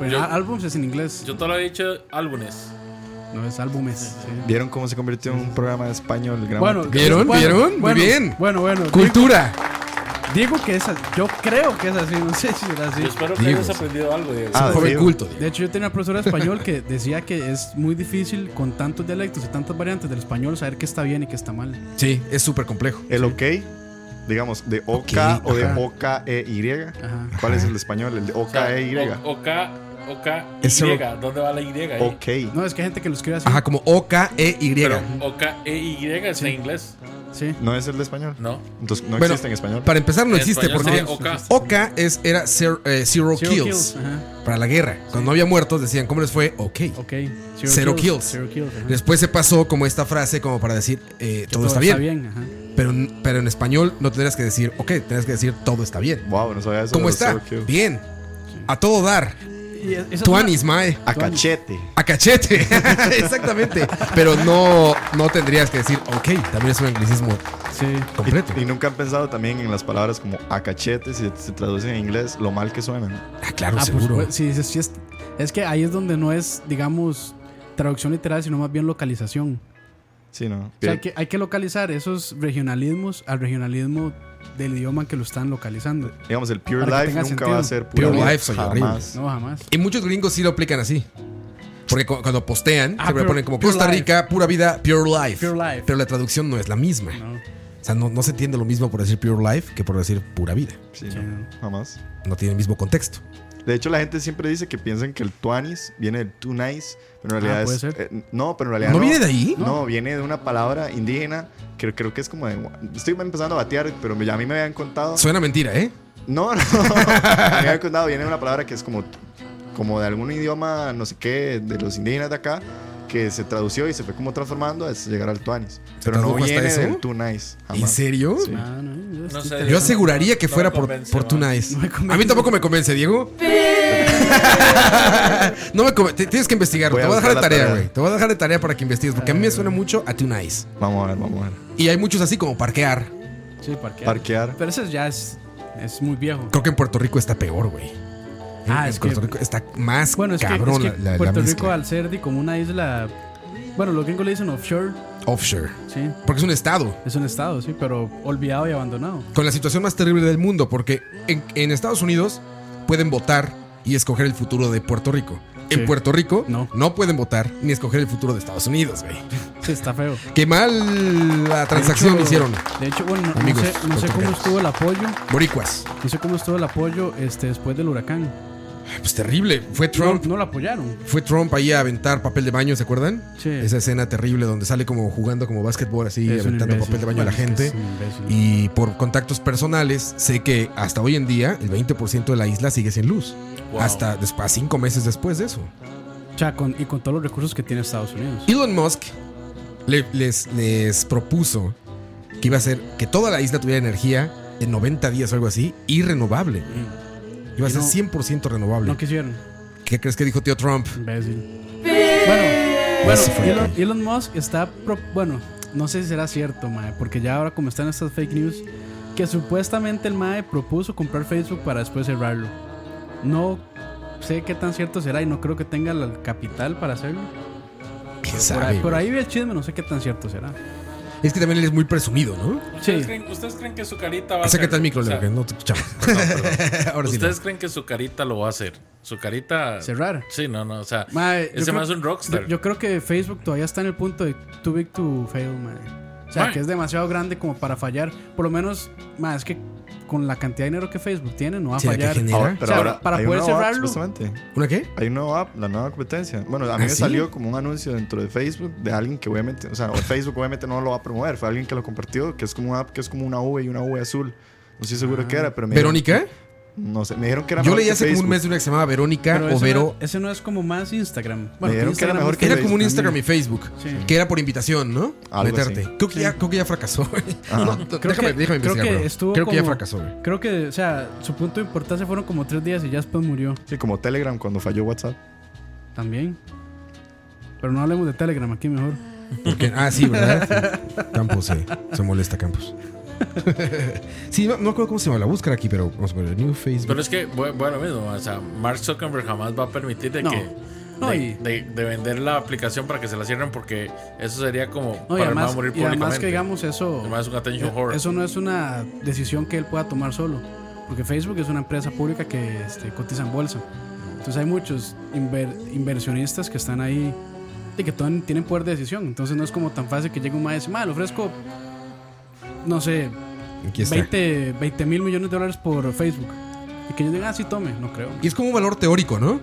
Pero Yo- á- álbums es en inglés. Yo te lo he dicho álbumes. no es álbumes. sí. ¿Vieron cómo se convirtió en un programa de español? Bueno, gramática? ¿Vieron? bueno, ¿Vieron? Muy bueno, bien. Bueno, bueno. Cultura. Digo, digo que es así. Yo creo que es así. [laughs] No sé si era así. Yo espero que Digo. hayas aprendido algo, Diego. Ah, Un joven sí. culto. Diego. De hecho, yo tenía una profesora de español que decía que es muy difícil con tantos dialectos y tantas variantes del español saber qué está bien y qué está mal. Sí, es súper complejo. El ok, digamos, de OK Ok, o de ajá. OKEY. Ajá. ¿Cuál es el de español? El de E OKEY. O- Oka, Oka, Y. Eso- ¿Dónde va la E Y? ahí? Ok. No, es que hay gente que lo escribe así. Ajá, como E O-K-E-Y. Pero Oka, E, Y es en inglés. Sí. ¿No es el de español? No. Entonces no Bueno, existe en español. Para empezar, no En existe español porque sería E. Oka. Oka es, era zero, eh, zero Zero kills, Ajá. para la guerra. Cuando no había muertos, decían, ¿cómo les fue? Ok. Ok. Zero kills. Zero kills. ajá. Después se pasó como esta frase, como para decir, eh, todo, está, bien. ajá. Pero, pero en español no tendrías que decir, ok, tendrías que decir, todo está bien. Wow, no sabía eso. ¿Cómo de está? los so cute. Bien. A todo dar. y es- esa es Tuanis, mae. A cachete. A cachete. [laughs] Exactamente. Pero no, no tendrías que decir, ok, también es un anglicismo una- Sí. completo. Y nunca han pensado también en las palabras como a cachete, si se traducen en inglés, lo mal que suenan. Ah, claro, Ah, pues, seguro. pues, sí, sí, sí, es, es que ahí es donde no es, digamos, traducción literal, sino más bien localización. Sí, ¿no? O sea, hay que, hay que localizar esos regionalismos al regionalismo del idioma que lo están localizando. Digamos, el Pure Para que Life nunca tenga va a sentido. ser Pure, Pure life, Life soy jamás. No, jamás. Y muchos gringos sí lo aplican así. Porque cu- cuando postean, Ah, siempre pero- ponen como pure Costa life. Rica, pura vida, pure life. Pure life. Pero la traducción no es la misma. No. O sea, no, no se entiende lo mismo por decir pure life que por decir pura vida. Sí, Sí, no, jamás. No tiene el mismo contexto. De hecho, la gente siempre dice que piensan que el Tuanis viene del Tunais, pero en realidad puede es. ser. eh, no, pero en realidad. Ah, ¿No viene de ahí? No, viene de una palabra indígena que creo que es como de. Estoy empezando a batear, pero me- a mí me habían contado. Suena mentira, ¿eh? No, [laughs] no. a mí me habían contado, viene de una palabra que es como, como de algún idioma, no sé qué, de los indígenas de acá, que se tradució y se fue como transformando hasta llegar al Tuanis. Pero no tradujo hasta viene eso? del Tunais. ¿En jamás. serio? Sí. Ah, no, yo No estoy- sé. Yo aseguraría que No me fuera por, convence, por man. Two Nights. No me convence. A mí tampoco me convence, Diego. no me convence. Tienes que investigarlo. Voy Te a voy a dejar de buscar la tarea, tarea. Eh. güey. Te voy a dejar de tarea para que investigues. Porque a mí me suena mucho a Two Nights. Vamos a ver, vamos a ver. Y hay muchos así como parquear. Sí, parquear. Parquear. Pero eso ya es, es muy viejo. Creo que en Puerto Rico está peor, güey. Ah, en es Puerto que- Rico está más Bueno, es que, cabrón es que la- la, la Puerto mezcla. Rico, al ser de como una isla. Bueno, los gringos le dicen offshore, Offshore. sí. Porque es un estado. Es un estado, sí, pero olvidado y abandonado. Con la situación más terrible del mundo. Porque en, en Estados Unidos pueden votar y escoger el futuro de Puerto Rico. En Sí. Puerto Rico No. no pueden votar ni escoger el futuro de Estados Unidos, güey. Sí, está feo. Qué mal la transacción De hecho- hicieron. De hecho, bueno, no, no Amigos, sé, no sé cómo puertorriqueños. estuvo el apoyo. Boricuas. No sé cómo estuvo el apoyo este, después del huracán. Pues terrible. Fue No, Trump. no lo apoyaron. Fue Trump ahí a aventar papel de baño, ¿se acuerdan? Sí. Esa escena terrible donde sale como jugando como básquetbol así, Es un aventando imbécil. papel de baño a la Bueno, es que gente. es un imbécil. Y por contactos personales, sé que hasta hoy en día el 20% de la isla sigue sin luz. Wow. Hasta después, cinco meses después de eso. O sea, con- y con todos los recursos que tiene Estados Unidos. Elon Musk le- les, les propuso que iba a hacer que toda la isla tuviera energía en 90 días o algo así y renovable. Iba a Mm. Y ser no- 100% renovable. No quisieron. ¿Qué crees que dijo tío Trump? Imbécil. Bueno, bueno Ese fue Elon, Elon Musk está. pro- bueno, no sé si será cierto, Mae, porque ya ahora, como están estas fake news, que supuestamente el Mae propuso comprar Facebook para después cerrarlo. No sé qué tan cierto será y no creo que tenga el capital para hacerlo. ¿Quién Por ahí, sabe? por güey? ahí vi el chisme, no sé qué tan cierto será. Es que también él es muy presumido, ¿no? ¿Ustedes, Sí. creen, ustedes creen que su carita va a ser. Acércate al micro, o sea, Leo, que no te [laughs] escuchamos. [laughs] Ahora sí. no. ¿Ustedes creen que su carita lo va a hacer? Su carita. Cerrar. Sí, no, no. O sea, Mae, yo ese creo- más es un rockstar. Yo, yo creo que Facebook todavía está en el punto de too big to fail, mae. O sea, Mae. que es demasiado grande como para fallar. Por lo menos, mae, es que con la cantidad de dinero que Facebook tiene, no va a ¿Será que fallar. genera? Ahora- O sea, para hay poder una nueva app, cerrarlo. supuestamente. ¿Una qué? Hay una nueva app, la nueva competencia. Bueno, a mí ¿Ah, me sí? salió como un anuncio dentro de Facebook de alguien que obviamente, o sea, o Facebook obviamente no lo va a promover, fue alguien que lo compartió, que es como una app que es como una V y una V azul. No estoy seguro qué era, pero me dijeron- ¿Verónica? no sé, me dijeron que era Ah. Yo mejor leí que hace como un Facebook. mes de una que se llamaba Verónica Pero o ese, Vero. no, ese no es como más Instagram. Me dijeron que era mejor que Era como un Facebook Instagram y Facebook. Sí. Que era por invitación, ¿no? Algo Meterte. así. Creo, que ya, creo que ya fracasó, güey. Ajá. [laughs] No, Creo déjame, que- déjame creo investigar, que bro. estuvo creo que ya como- fracasó, güey. Creo que, o sea, su punto de importancia fueron como tres días y ya después murió Sí, como Telegram cuando falló WhatsApp. también. Pero no hablemos de Telegram aquí mejor. Porque- ah, sí, [laughs] ¿verdad? Sí. Campos, sí. Se molesta Campos. sí, no, no acuerdo cómo se llama. La búsqueda aquí, pero vamos a poner New Facebook. Pero es que, bu- bueno, mismo, o sea, Mark Zuckerberg jamás va a permitir de No. que. No, de, y- de- de vender la aplicación para que se la cierren porque eso sería como No, y para el man además, morir y además que públicamente. digamos eso. Además es un attention whore. Eh, Eso no es una decisión que él pueda tomar solo, porque Facebook es una empresa pública que este, cotiza en bolsa. Entonces hay muchos inver- inversionistas que están ahí y que toman- tienen poder de decisión. Entonces no es como tan fácil que llegue un maestro y dice, "Ma, le ofrezco, no sé, aquí está. 20, 20 mil millones de dólares por Facebook. Y que yo diga, ah, sí, tome, no creo. Y es como un valor teórico, ¿no?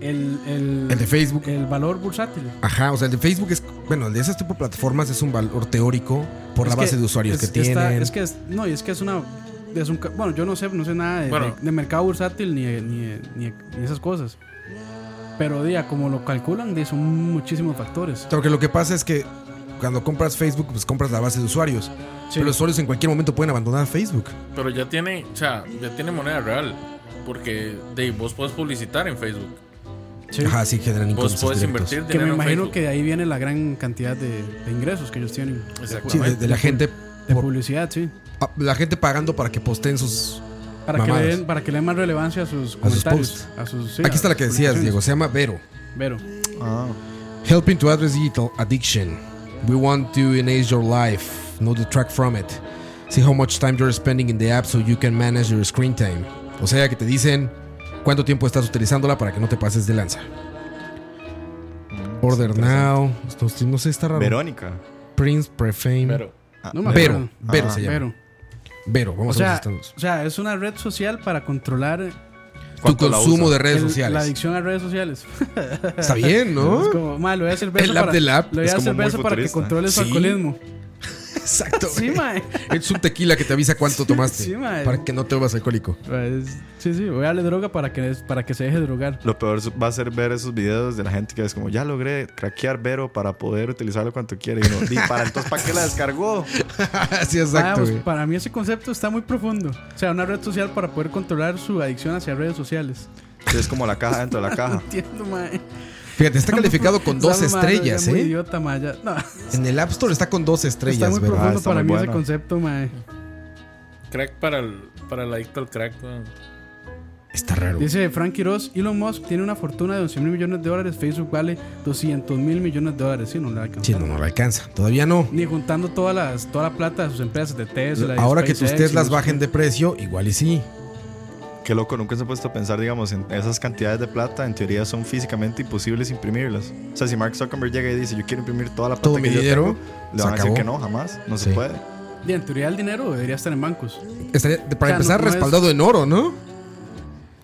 El, el, El de Facebook. el valor bursátil. Ajá, o sea, el de Facebook es, bueno, el de ese tipo de plataformas es un valor teórico por la Es que base de usuarios es- que tienen. está- es que es, no, y es que es una. Es un, ca- bueno, yo no sé, no sé nada de, Bueno. de- de mercado bursátil ni, de- ni, de- ni de- ni esas cosas. Pero, día, como lo calculan, de, son muchísimos factores. Porque lo que pasa es que cuando compras Facebook, pues compras la base de usuarios. Sí. Pero los usuarios en cualquier momento pueden abandonar Facebook. Pero ya tiene, o sea, ya tiene moneda real. Porque de, vos podés publicitar en Facebook. Sí. Ajá, sí, generan Vos ingresos podés directos. Pues invertir dinero Que me en imagino Facebook. que de ahí viene la gran cantidad de, de ingresos que ellos tienen. Sí, de, Exactamente. de la gente. De por- publicidad, sí. ah, la gente pagando para que posteen sus. Para que, le Mamadas. den, para que le den más relevancia a sus comentarios. posts. A sus, sí, Aquí a está la sus que decías, Diego. publicaciones. Se llama Vero. Vero. Ah, Helping to address digital addiction. We want to enhance your life. No detract from it. See how much time you're spending in the app so you can manage your screen time. O sea que te dicen cuánto tiempo estás utilizándola para que no te pases de lanza. Order now. Esto sí, no sé, está raro. Verónica. Prince, Prefame. Vero. Pero, Ah, No me Vero, acuerdo. Ah, se llama. Vero. Vero. O vamos a sea, ver si estamos. o sea, es una red social para controlar Tu ¿cuánto la consumo usa? de redes el- la sociales. adicción a redes sociales. Está bien, [laughs] Es ¿no? como, ma, le voy a hacer beso ¿Ah? El app para, del app. Le voy Es a como hacer muy beso para que futurista. controle su Sí. [laughs] alcoholismo. Exacto. Sí, güey. mae. es un tequila que te avisa cuánto tomaste. Sí, mae. para que no te vuelvas alcohólico. Pues, sí, sí, voy a darle droga para que, para que se deje drogar. Lo peor va a ser ver esos videos de la gente que es como, ya logré craquear Vero para poder utilizarlo cuanto quiera. Y uno, "Di, para entonces, ¿para qué la descargó? [laughs] sí, exacto. [laughs] Ah, pues, güey. para mí ese concepto está muy profundo. O sea, una red social para poder controlar su adicción hacia redes sociales. [laughs] Sí, Es como la caja dentro de la caja. Entiendo, mae. Fíjate, está calificado con [laughs] dos Esa madre estrellas, ya Muy ¿eh? idiota, mae. ya- no, [laughs] está En el App Store está con dos estrellas, muy ¿verdad? Ah, profundo está para mí muy ese bueno. concepto, mae. crack para el, para el adicto al crack. weón. [laughs] Está raro. Dice Frankie Ross, Elon Musk tiene una fortuna de 11 mil millones de dólares, Facebook vale 200 mil millones de dólares. Sí, no le alcanza. Sí, no, no lo alcanza. Todavía no. Ni juntando todas las, toda la plata de sus empresas de Tesla. y Ahora que tus SpaceX, y Teslas los- bajen de precio, igual y sí. Qué loco, nunca se ha puesto a pensar, digamos, en esas cantidades de plata, en teoría son físicamente imposibles imprimirlas. O sea, si Mark Zuckerberg llega y dice, yo quiero imprimir toda la plata Todo que mi yo dinero, tengo", se le van a decir acabó. que no, jamás, no Sí. se puede. Y en teoría el dinero debería estar en bancos. Estaría, de- para O sea, empezar, no- no es- respaldado en oro, ¿no?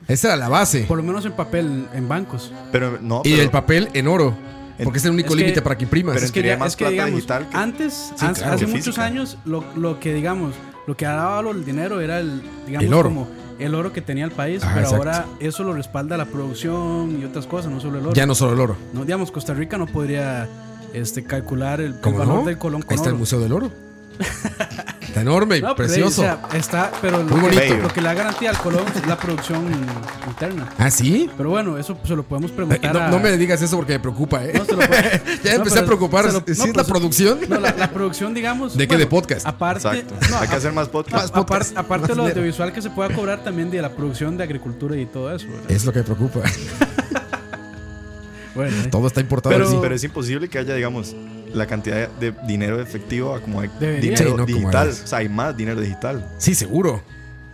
Esa era la base. Por lo menos en papel, en bancos. Pero no, Y pero, el papel en oro. Porque es el único Es que- límite para que imprimas. Pero Pues es que, teoría ya- más es que plata digamos, digital que- antes, Sí, an- claro. hace que muchos física. años, lo, lo que digamos, lo que daba valor el dinero era el, digamos, El oro. como el oro que tenía el país, Ajá, pero exacto. ahora eso lo respalda la producción y otras cosas, no solo el oro. ya no solo el oro. No, digamos, Costa Rica no podría este, calcular el, el ¿Cómo valor no? del colón con Ahí está el oro. Museo del [laughs] Oro. está enorme y No, pero, precioso. o sea, está, pero Muy lo, que- bonito. lo que le da garantía al colón es la producción interna. ¿Ah, sí? Pero bueno, eso se lo podemos Eh, preguntar No, a- no me digas eso porque me preocupa, ¿eh? No, se lo puede- [laughs] ya No, empecé pero a preocupar. se lo- ¿Sí no, es la pues, producción? No, la, la producción, digamos. ¿De qué? ¿De podcast? Aparte, Exacto. no, Hay que a- hacer más a- podcast. más podcast, aparte- aparte más de lo dinero. audiovisual que se pueda cobrar también de la producción de agricultura y todo eso. ¿verdad? Es lo que me preocupa. Bueno, eh, Todo está importado. Pero, así. pero es imposible que haya, digamos, la cantidad de dinero efectivo a como hay Debería. Sí, no, dinero como digital. es. O sea, hay más dinero digital. Sí, seguro.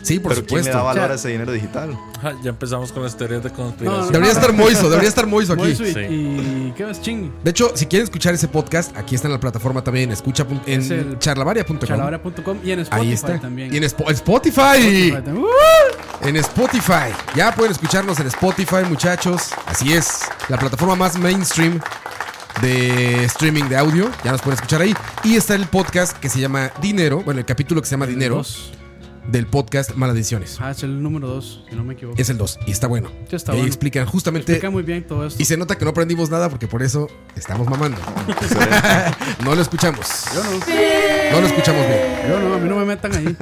Sí, por pero ¿quién le supuesto. da valor O sea, a ese dinero digital? Ajá, ya empezamos con las teorías de conspiración. Debería estar Moiso, debería estar Moiso aquí. Moiso y, Sí. y- ¿qué más? Ching. De hecho, si quieren escuchar ese podcast, aquí está en la plataforma también. Escucha pun- Es en el- charlavaria.com. Chalabaria.com y en Spotify Ahí está. también. Y en Spo- Spotify. Spotify también. En Spotify. Ya pueden escucharnos en Spotify, muchachos. Así es. La plataforma más mainstream de streaming de audio. Ya nos pueden escuchar ahí. Y está el podcast que se llama Dinero. Bueno, el capítulo que se llama Dinero Uh, Dos. del podcast Malediciones. Ah, es el número 2, si no me equivoco. Es el 2 y está bueno. Sí, está Y ahí bueno. explican justamente. Explica muy bien todo esto. Y se nota que no aprendimos nada porque por eso estamos mamando. [laughs] no lo escuchamos. Yo no, No lo escuchamos bien. yo no, a mí no me metan ahí.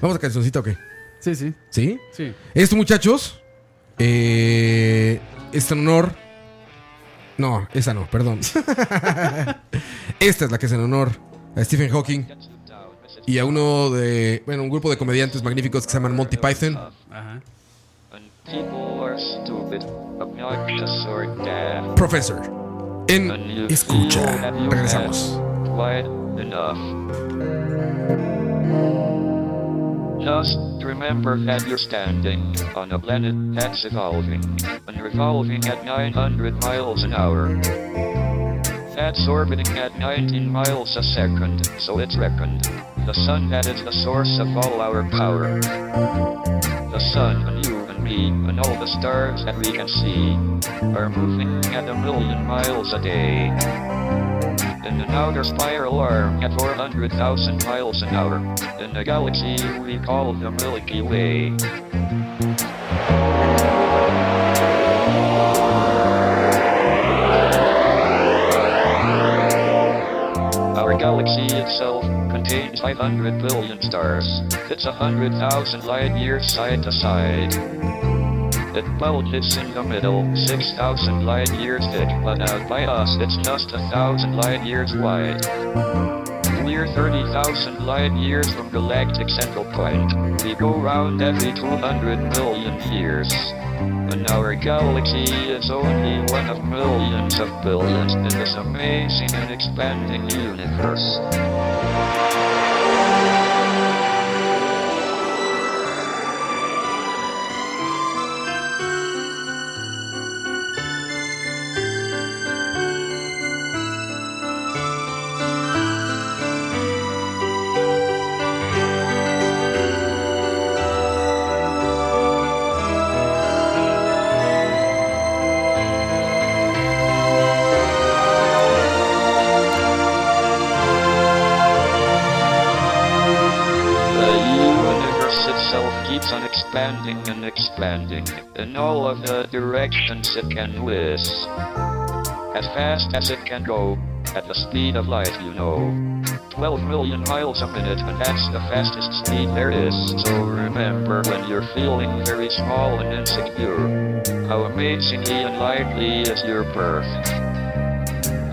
Vamos a cancioncita, ¿ok? Sí, sí, ¿Sí? sí. Esto, muchachos. Eh, es en honor. No, esa no, [laughs] perdón. Esta es la que es en honor a Stephen Hawking y a uno de. Bueno, un grupo de comediantes magníficos que se llaman Monty Python. Ajá. And people are stupid, obnoxious, or deaf. Professor. And En you feel Escucha. that you Regresamos. have Quite enough. Just remember that you're standing on a planet that's evolving and revolving at 900 miles an hour. That's orbiting at 19 miles a second, so it's reckoned. The sun that is the source of all our power. The sun and you and me and all the stars that we can see are moving at a million miles a day. In an outer spiral arm at 400,000 miles an hour, in a galaxy we call the Milky Way. galaxy itself contains 500 billion stars. It's 100,000 light years side to side. It bulges in the middle, 6,000 light years thick, but out by us it's just a thousand light years wide. We're 30,000 light years from galactic central point. We go round every 200 million years. And our galaxy is only one of millions of billions in this amazing and expanding universe. The universe itself keeps on expanding and expanding in all of the directions it can whiz. As fast as it can go, at the speed of light, you know. 12 million miles a minute, and that's the fastest speed there is. So remember when you're feeling very small and insecure, how amazingly unlikely is your birth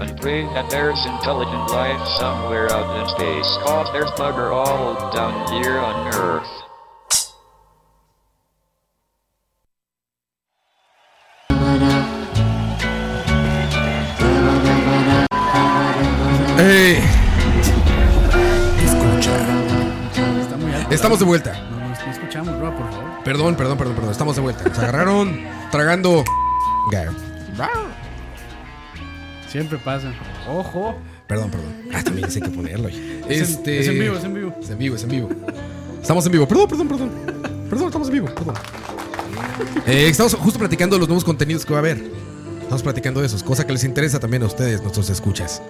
and pray that there's intelligent life somewhere out in space, cause there's bugger all down here on Earth. ¡Ey! Está muy alto. Estamos de vuelta. No, no, no escuchamos, Roa, por favor. Perdón, perdón, perdón, perdón. Estamos de vuelta. Nos agarraron tragando. gallo. Siempre pasa. Ojo. Perdón, perdón. Ah, también sé que ponerlo. oye. Es en- Este... es en vivo, es en vivo. Es en vivo, es en vivo. Estamos en vivo. Perdón, perdón, perdón. Perdón, estamos en vivo. Perdón. Eh, estamos justo platicando de los nuevos contenidos que va a haber. Estamos platicando de esos, cosa que les interesa también a ustedes, nuestros escuchas.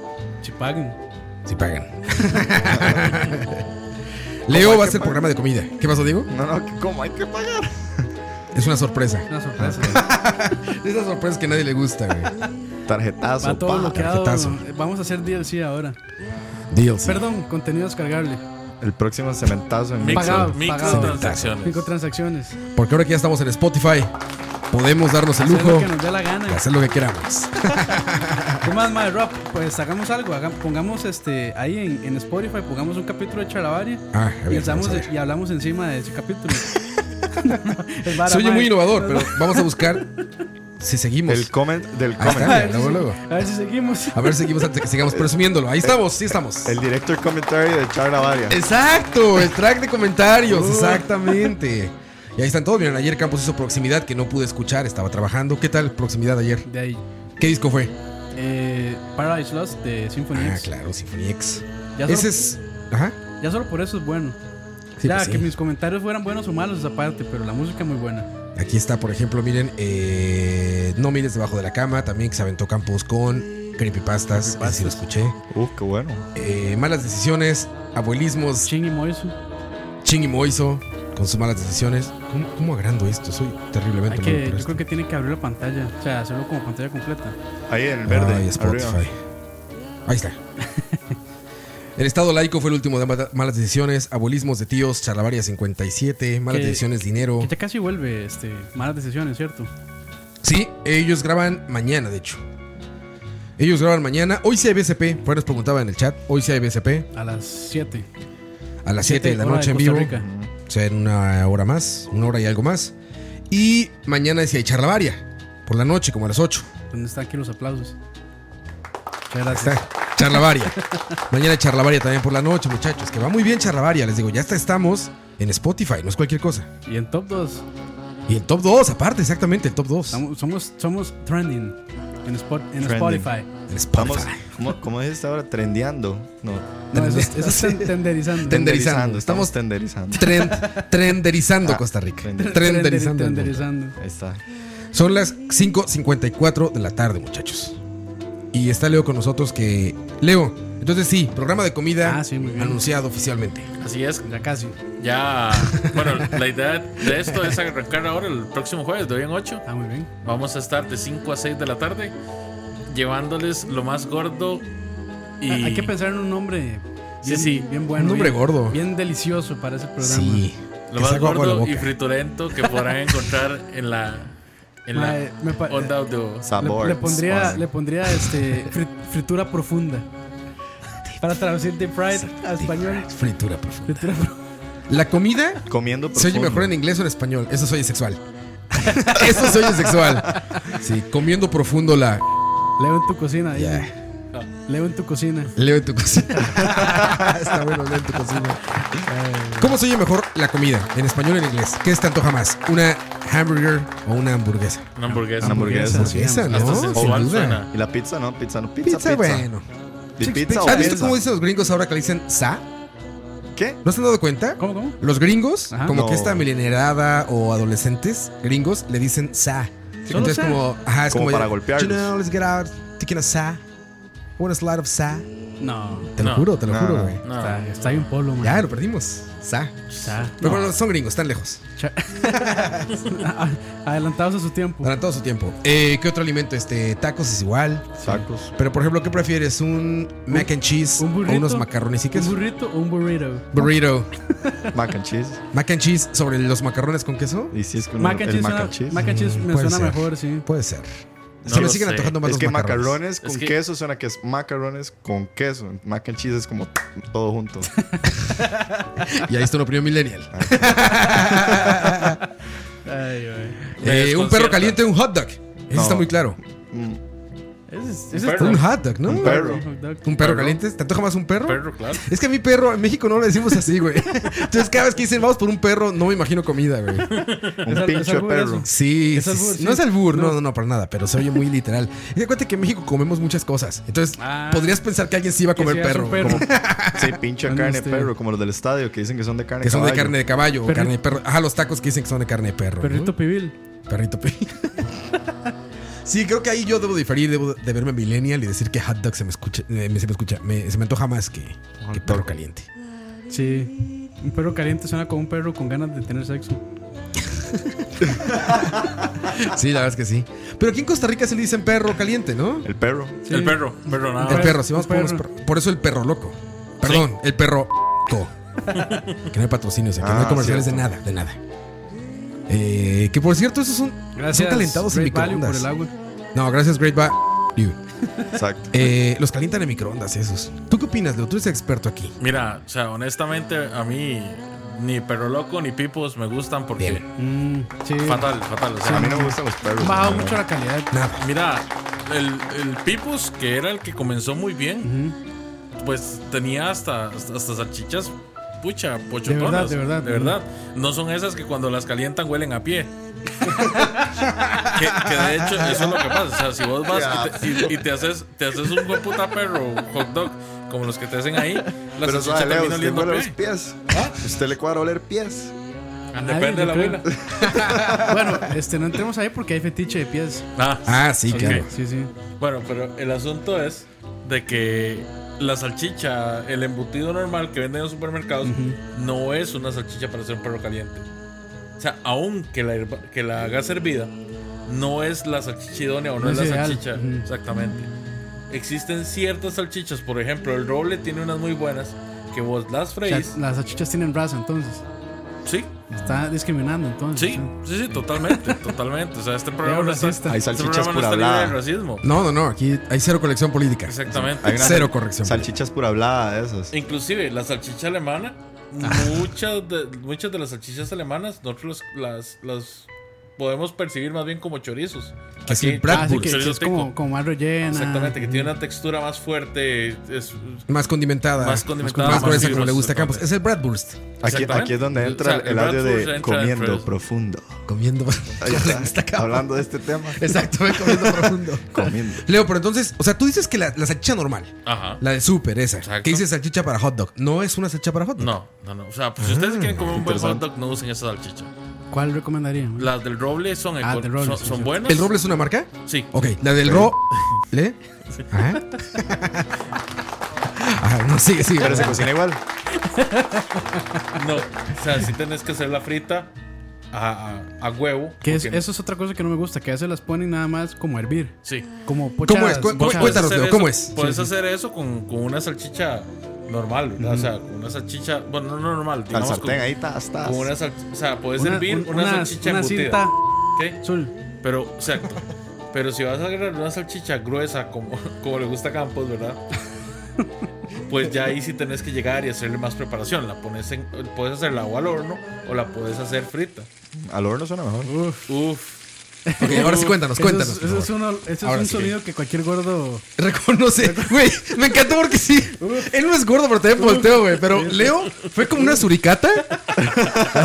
Chipaguen. Si pagan. [laughs] Leo va a hacer programa de comida. ¿Qué pasó, Diego? No, no, que ¿cómo hay que pagar? Es una sorpresa. Una sorpresa. Ah, Es una sorpresa que a nadie le gusta, güey. Tarjetazo. Va todo pa. bloqueado. tarjetazo. Vamos a hacer DLC ahora. Deals. Perdón, contenido descargable. El próximo cementazo en Micro, Pagado, microtransacciones. Microtransacciones. Porque ahora que ya estamos en Spotify, podemos darnos el Hacer lo lujo que nos dé la gana. de hacer lo que queramos. ¿Qué más, madre Rob? Pues hagamos algo. haga- pongamos este ahí en, en Spotify, pongamos un capítulo de Charabaria. Ah, a ver, y, alzamos- vamos a ver. y hablamos encima de ese [laughs] capítulo. Es vara, Se oye madre. muy innovador, [laughs] pero vamos a buscar si seguimos. El comment del Ahí comment. está, [laughs] luego, luego. A ver si seguimos. A ver, seguimos antes de que sigamos presumiéndolo. Ahí estamos, sí estamos. El director commentary de Charla Varia. Eh. Exacto, el track de comentarios, exactamente. Y ahí están todos. Miren, ayer Campos hizo proximidad que no pude escuchar, estaba trabajando. ¿Qué tal proximidad ayer? De ahí. ¿Qué disco fue? Eh, Paradise Lost de Symphony Ah, X. claro, Symphony X. Ya solo- Ese es. Ajá. Ya solo por eso es bueno. Sí, ya, pues sí. que mis comentarios fueran buenos o malos, aparte, pero la música muy buena. Aquí está, por ejemplo, miren, eh, No mires debajo de la cama, también que se aventó Campos con Creepypastas, ese sí lo escuché. Uf, Uh, qué bueno. Eh, malas decisiones, abuelismos, Ching y Moiso. Ching y Moiso con sus malas decisiones. ¿Cómo, cómo agrando esto? Soy terriblemente Hay malo que, para yo esto. creo que tiene que abrir la pantalla. O sea, hacerlo como pantalla completa. Ahí en el verde. Ay, Spotify. arriba. Ahí [laughs] está. El Estado laico fue el último de ma- malas decisiones, abuelismos de tíos, charlavaria 57, malas Que- decisiones, dinero. Que ya casi vuelve este, malas decisiones, ¿cierto? Sí, ellos graban mañana, de hecho. Ellos graban mañana. Hoy sí hay BCP. Por ahí nos preguntaba en el chat. Hoy sí hay BCP. A las 7. A las 7 de la hora noche en Costa vivo. Rica. O sea, en una hora más. Una hora y algo más. Y mañana sí hay charlavaria. Por la noche, como a las 8. ¿Dónde están aquí los aplausos? Muchas gracias. Está. Charlavaria. mañana hay charlavaria también por la noche, muchachos. Que va muy bien charlavaria. Les digo, ya hasta estamos en Spotify. No es cualquier cosa. Y en top 2, Y el top 2, aparte, exactamente. El top 2. somos, somos trending en, Spot- en Trending. Spotify. En Estamos, Spotify. ¿cómo, ¿Cómo dijiste ahora? Trendeando. No. No, eso, es- eso [laughs] es ten- tenderizando. Tender- Tenderizando. Estamos Estamos- tenderizando. Trend- trenderizando Ah, Costa Rica. trender- Trenderizando. el mundo. Tenderizando. Ahí está. Son las 5.54 de la tarde, muchachos. Y está Leo con nosotros que... Leo, entonces sí, programa de comida Ah, sí, muy bien. anunciado oficialmente. Así es, Ya casi. ya. Bueno, la idea de esto es arrancar ahora el próximo jueves, de hoy en 8. Ah, muy bien. Vamos a estar de 5 a 6 de la tarde llevándoles lo más gordo Y- Ah, Hay que pensar en un nombre bien, Sí, sí. bien bueno. Un nombre bien- gordo. Bien delicioso para ese programa. Sí. Lo que más saco agua de la gordo y boca. friturento que podrán encontrar en la, en la Mae, eh, me pa- eh, onda audio. Sabor. Le, le pondría, Spice. le pondría este, fri- fritura profunda. Para traducir Deep Fried a español. Fritura, por favor. Fritura profunda. La comida Comiendo se oye profundo. mejor en inglés o en español. Eso soy sexual. [laughs] Eso soy sexual. Sí, comiendo profundo la. Leo en tu cocina. Ya. dile. Leo en tu cocina. Leo en tu cocina. [laughs] Está bueno, Leo en tu cocina. [laughs] ¿Cómo se oye mejor la comida? ¿En español o en inglés? ¿Qué se te antoja más? ¿Una hamburger o una hamburguesa? Una hamburguesa. Una hamburguesa. Sí, Hamburguesa, hamburguesa. ¿no? Hasta sensual Sin duda. suena. Y la pizza, no, pizza, no, Pizza, pizza, pizza. bueno. ¿De pizza o ¿Has visto pizza? cómo dicen los gringos ahora que le dicen sa? ¿Qué? ¿No se han dado cuenta? ¿Cómo, cómo? Los gringos, Ajá. como No. que esta milenerada o adolescentes gringos, le dicen sa. Entonces, sa? como, ajá, es Como como, para ya, golpearlos. You know, let's get out, taking a sa. What a slide of sa. No. Te lo No. juro, te lo No, juro, no. güey. No. Está, está ahí un polo, man. Ya, pues, lo perdimos. Sa. Está- Pero no. bueno, son gringos, están lejos. Cha- [laughs] Adelantados a su tiempo. Durante todo su tiempo. Eh, ¿Qué otro alimento? Este, tacos es igual. Tacos. Pero por ejemplo, ¿qué prefieres? ¿Un mac and cheese Un burrito. o unos macarrones y ¿Un queso? burrito o un burrito? Burrito. Mac and cheese. Mac and cheese sobre los macarrones con queso? Y si es con Mac el, and el cheese mac suena- and cheese. mac and cheese me Puede suena ser. mejor, sí. Puede ser. No Se me lo siguen sé. antojando más es los que macarrones. macarrones con Es que- queso suena que es macarrones con queso. Mac and cheese es como [laughs] todo junto. Y ahí está una opinión millennial. Ay, ay. Eh, un desconcierta. perro caliente, un hot dog. Eso No. está muy claro. Mm, Ese es- ese Un es perro. Un hot dog, ¿no? Un Un perro. perro, Hot dog. caliente. ¿Te antoja más un perro? Perro, claro. Es que a mi perro, en México no lo decimos así, güey. [laughs] Entonces cada vez que dicen vamos por un perro, no me imagino comida, güey. Un Es al- es pincho de algo de perro. eso. Sí, ¿Es sí, albur, sí. sí? no es albur, no. No. no, no, para nada, pero se oye muy literal. Y de cuenta que en México comemos muchas cosas. Entonces, Ah. podrías pensar que alguien sí iba a Que comer sea perro, un perro. Sí, pincho de Anda carne de usted. perro, como los del estadio que dicen que son de carne que son de caballo. carne de caballo, o Perri- carne de perro. Ajá, los tacos que dicen que son de carne de perro. ¿no? Perrito pibil. Perrito pe- [laughs] Sí, creo que ahí yo debo diferir, debo de verme millennial y decir que hot dog se me escucha, eh, me- se me escucha, me- se me antoja más que, que dog. perro caliente. Sí. Mm. Un perro caliente suena como un perro con ganas de tener sexo. Sí, la verdad es que sí. Pero aquí en Costa Rica se le dicen perro caliente, ¿no? El perro. Sí. El perro, perro nada El más. perro, sí, vamos un por unos perro. per- Por eso el perro loco. Perdón, el perro co. Que no hay patrocinios, aquí, no hay Ah, comerciales de cierto. nada, de nada. Eh, que por cierto, esos son, son calentados en Great Value microondas. por el agua. No, gracias, Great Value. Exacto. Eh, los calientan en microondas esos. ¿Tú qué opinas, Leo? Tú eres experto aquí. Mira, o sea, honestamente, a mí ni perro loco ni pipos me gustan porque. Bien. Mm, sí. Fatal, fatal. O sea, A mí no me gustan los perros. Bajado no. mucho la calidad. Nada. Mira, el, el Pipus, que era el que comenzó muy bien, Ujú. pues tenía hasta, hasta, hasta salchichas, pucha, verdad, pochotonas. de verdad. No son esas que cuando las calientan huelen a pie. que, que de hecho, eso es lo que pasa. O sea, si vos vas y te, y- y te haces, te haces un buen puta perro hot dog, como los que te hacen ahí, la Pero salchicha sabe, Leo, termina usted oliendo a huele los pie. pies. Usted le cuadra oler pies. nadie, Depende de la yo abuela. creo. Bueno, este, no entremos ahí porque hay fetiche de pies. Ah, Ah, sí, Ok. claro. Sí, sí. Bueno, pero el asunto es de que la salchicha, el embutido normal que venden en los supermercados, no es una salchicha para hacer un perro caliente. O sea, aun que la, herva- que la hagas hervida, no es la salchicha idónea o no, No es, es la ideal. salchicha. Ujú. Exactamente. Existen ciertas salchichas, por ejemplo, el roble tiene unas muy buenas que vos las O sea, freís. las salchichas tienen raza, entonces. Sí, Está discriminando, entonces. sí, sí, sí, totalmente, totalmente. O sea, este programa Era no está, racista. Hay este salchichas programa pura no está libre hablada. de racismo. No, no, no. Aquí hay cero colección política. Exactamente. Hay una Cero sal- corrección. Salchichas pura hablada de esas. Inclusive la salchicha alemana, Ah. muchas de, muchas de las salchichas alemanas nosotros las, las, las podemos percibir más bien como chorizos. Que sí, Aquí- Ah, sí, Bratwurst. que, que es como, Ah. como más rellena. Exactamente, que tiene una textura más fuerte, es Más condimentada. más condimentada. Más gruesa Ah, como fibrosa, le gusta a Campos. exactamente. Es el Bradburst. Aquí, Exactamente. aquí es donde entra O sea, el audio Bradford de entra comiendo después. profundo. Comiendo. [laughs] Ahí le está, gusta a Campos. hablando de este tema. Exacto, ve, comiendo profundo. Comiendo. [laughs] Leo, pero entonces, o sea, tú dices que la, la salchicha normal, Ajá. la de súper, esa, Exacto. que dices salchicha para hot dog, no es una salchicha para hot dog. No, no, no. O sea, pues, si Mm, ustedes quieren comer un buen hot interesante. dog, no usen esa salchicha. ¿Cuál recomendaría? Las del roble son, Ah, eco- del roble, son, sí, son sí. buenas. ¿El roble Oh. es una marca? Sí. Ok, la del ro. ¿Le? Ajá. Ajá, Ah, no, sigue, sigue. Pero se cocina igual. No, o sea, si tenés que hacer la frita, a, a- a huevo. Que es, porque- eso es otra cosa que no me gusta, que a veces las ponen nada más como a hervir. Sí. ¿Cómo Como es? pochadas. Cu- cu- Puedes pochadas. cuéntanos, hacer Leo, eso- ¿cómo es? Puedes hacer eso con, con una salchicha normal, ¿verdad? O sea, con una salchicha, bueno, no normal, Al digamos sartén, con, ahí estás. con una salchicha, o sea, puedes Una- servir un- una, una- salchicha una embutida. cinta. ¿ok? Azul. Pero, exacto. Pero si vas a agarrar una salchicha gruesa, como, [laughs] como le gusta a Campos, ¿verdad? Pues ya ahí sí tenés que llegar y hacerle más preparación. La pones en, puedes hacerla o al horno o la puedes hacer frita. Al horno suena mejor. Uf. Ok, ahora sí, cuéntanos, Eso es- cuéntanos. Eso es, uno- eso es Ahora un sí. sonido que cualquier gordo. Reconoce, güey. Me encantó porque sí. Él no es gordo, pero también volteo, güey. Pero Leo fue como una suricata.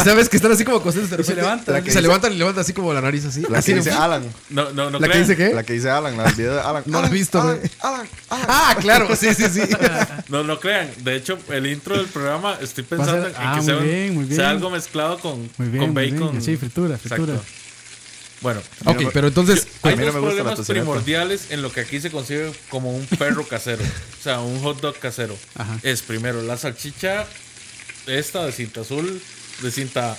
¿Sabes? Que están así como acostados. de se repente levantan. Se La que dice- levantan y levantan así como la nariz, así. La Así que de- dice "Ah". Alan. No, no, no ¿La que crean. dice qué? La que dice Alan, la del video de Alan. No la he Alan, visto, Alan, güey. Alan, Alan. Ah, claro, sí, sí, sí. No, no crean. De hecho, el intro del programa estoy pensando ser- en ah, que muy sea, un- bien, muy bien. sea algo mezclado con, Muy bien. con muy bien. bacon. Sí, fritura, fritura. Exacto. Bueno, ok, pero entonces. hay mí no dos me gusta la problemas tocineta. primordiales en lo que aquí se concibe como un perro casero. o sea, un hot dog casero. Ajá. Es primero la salchicha, esta de cinta azul, de cinta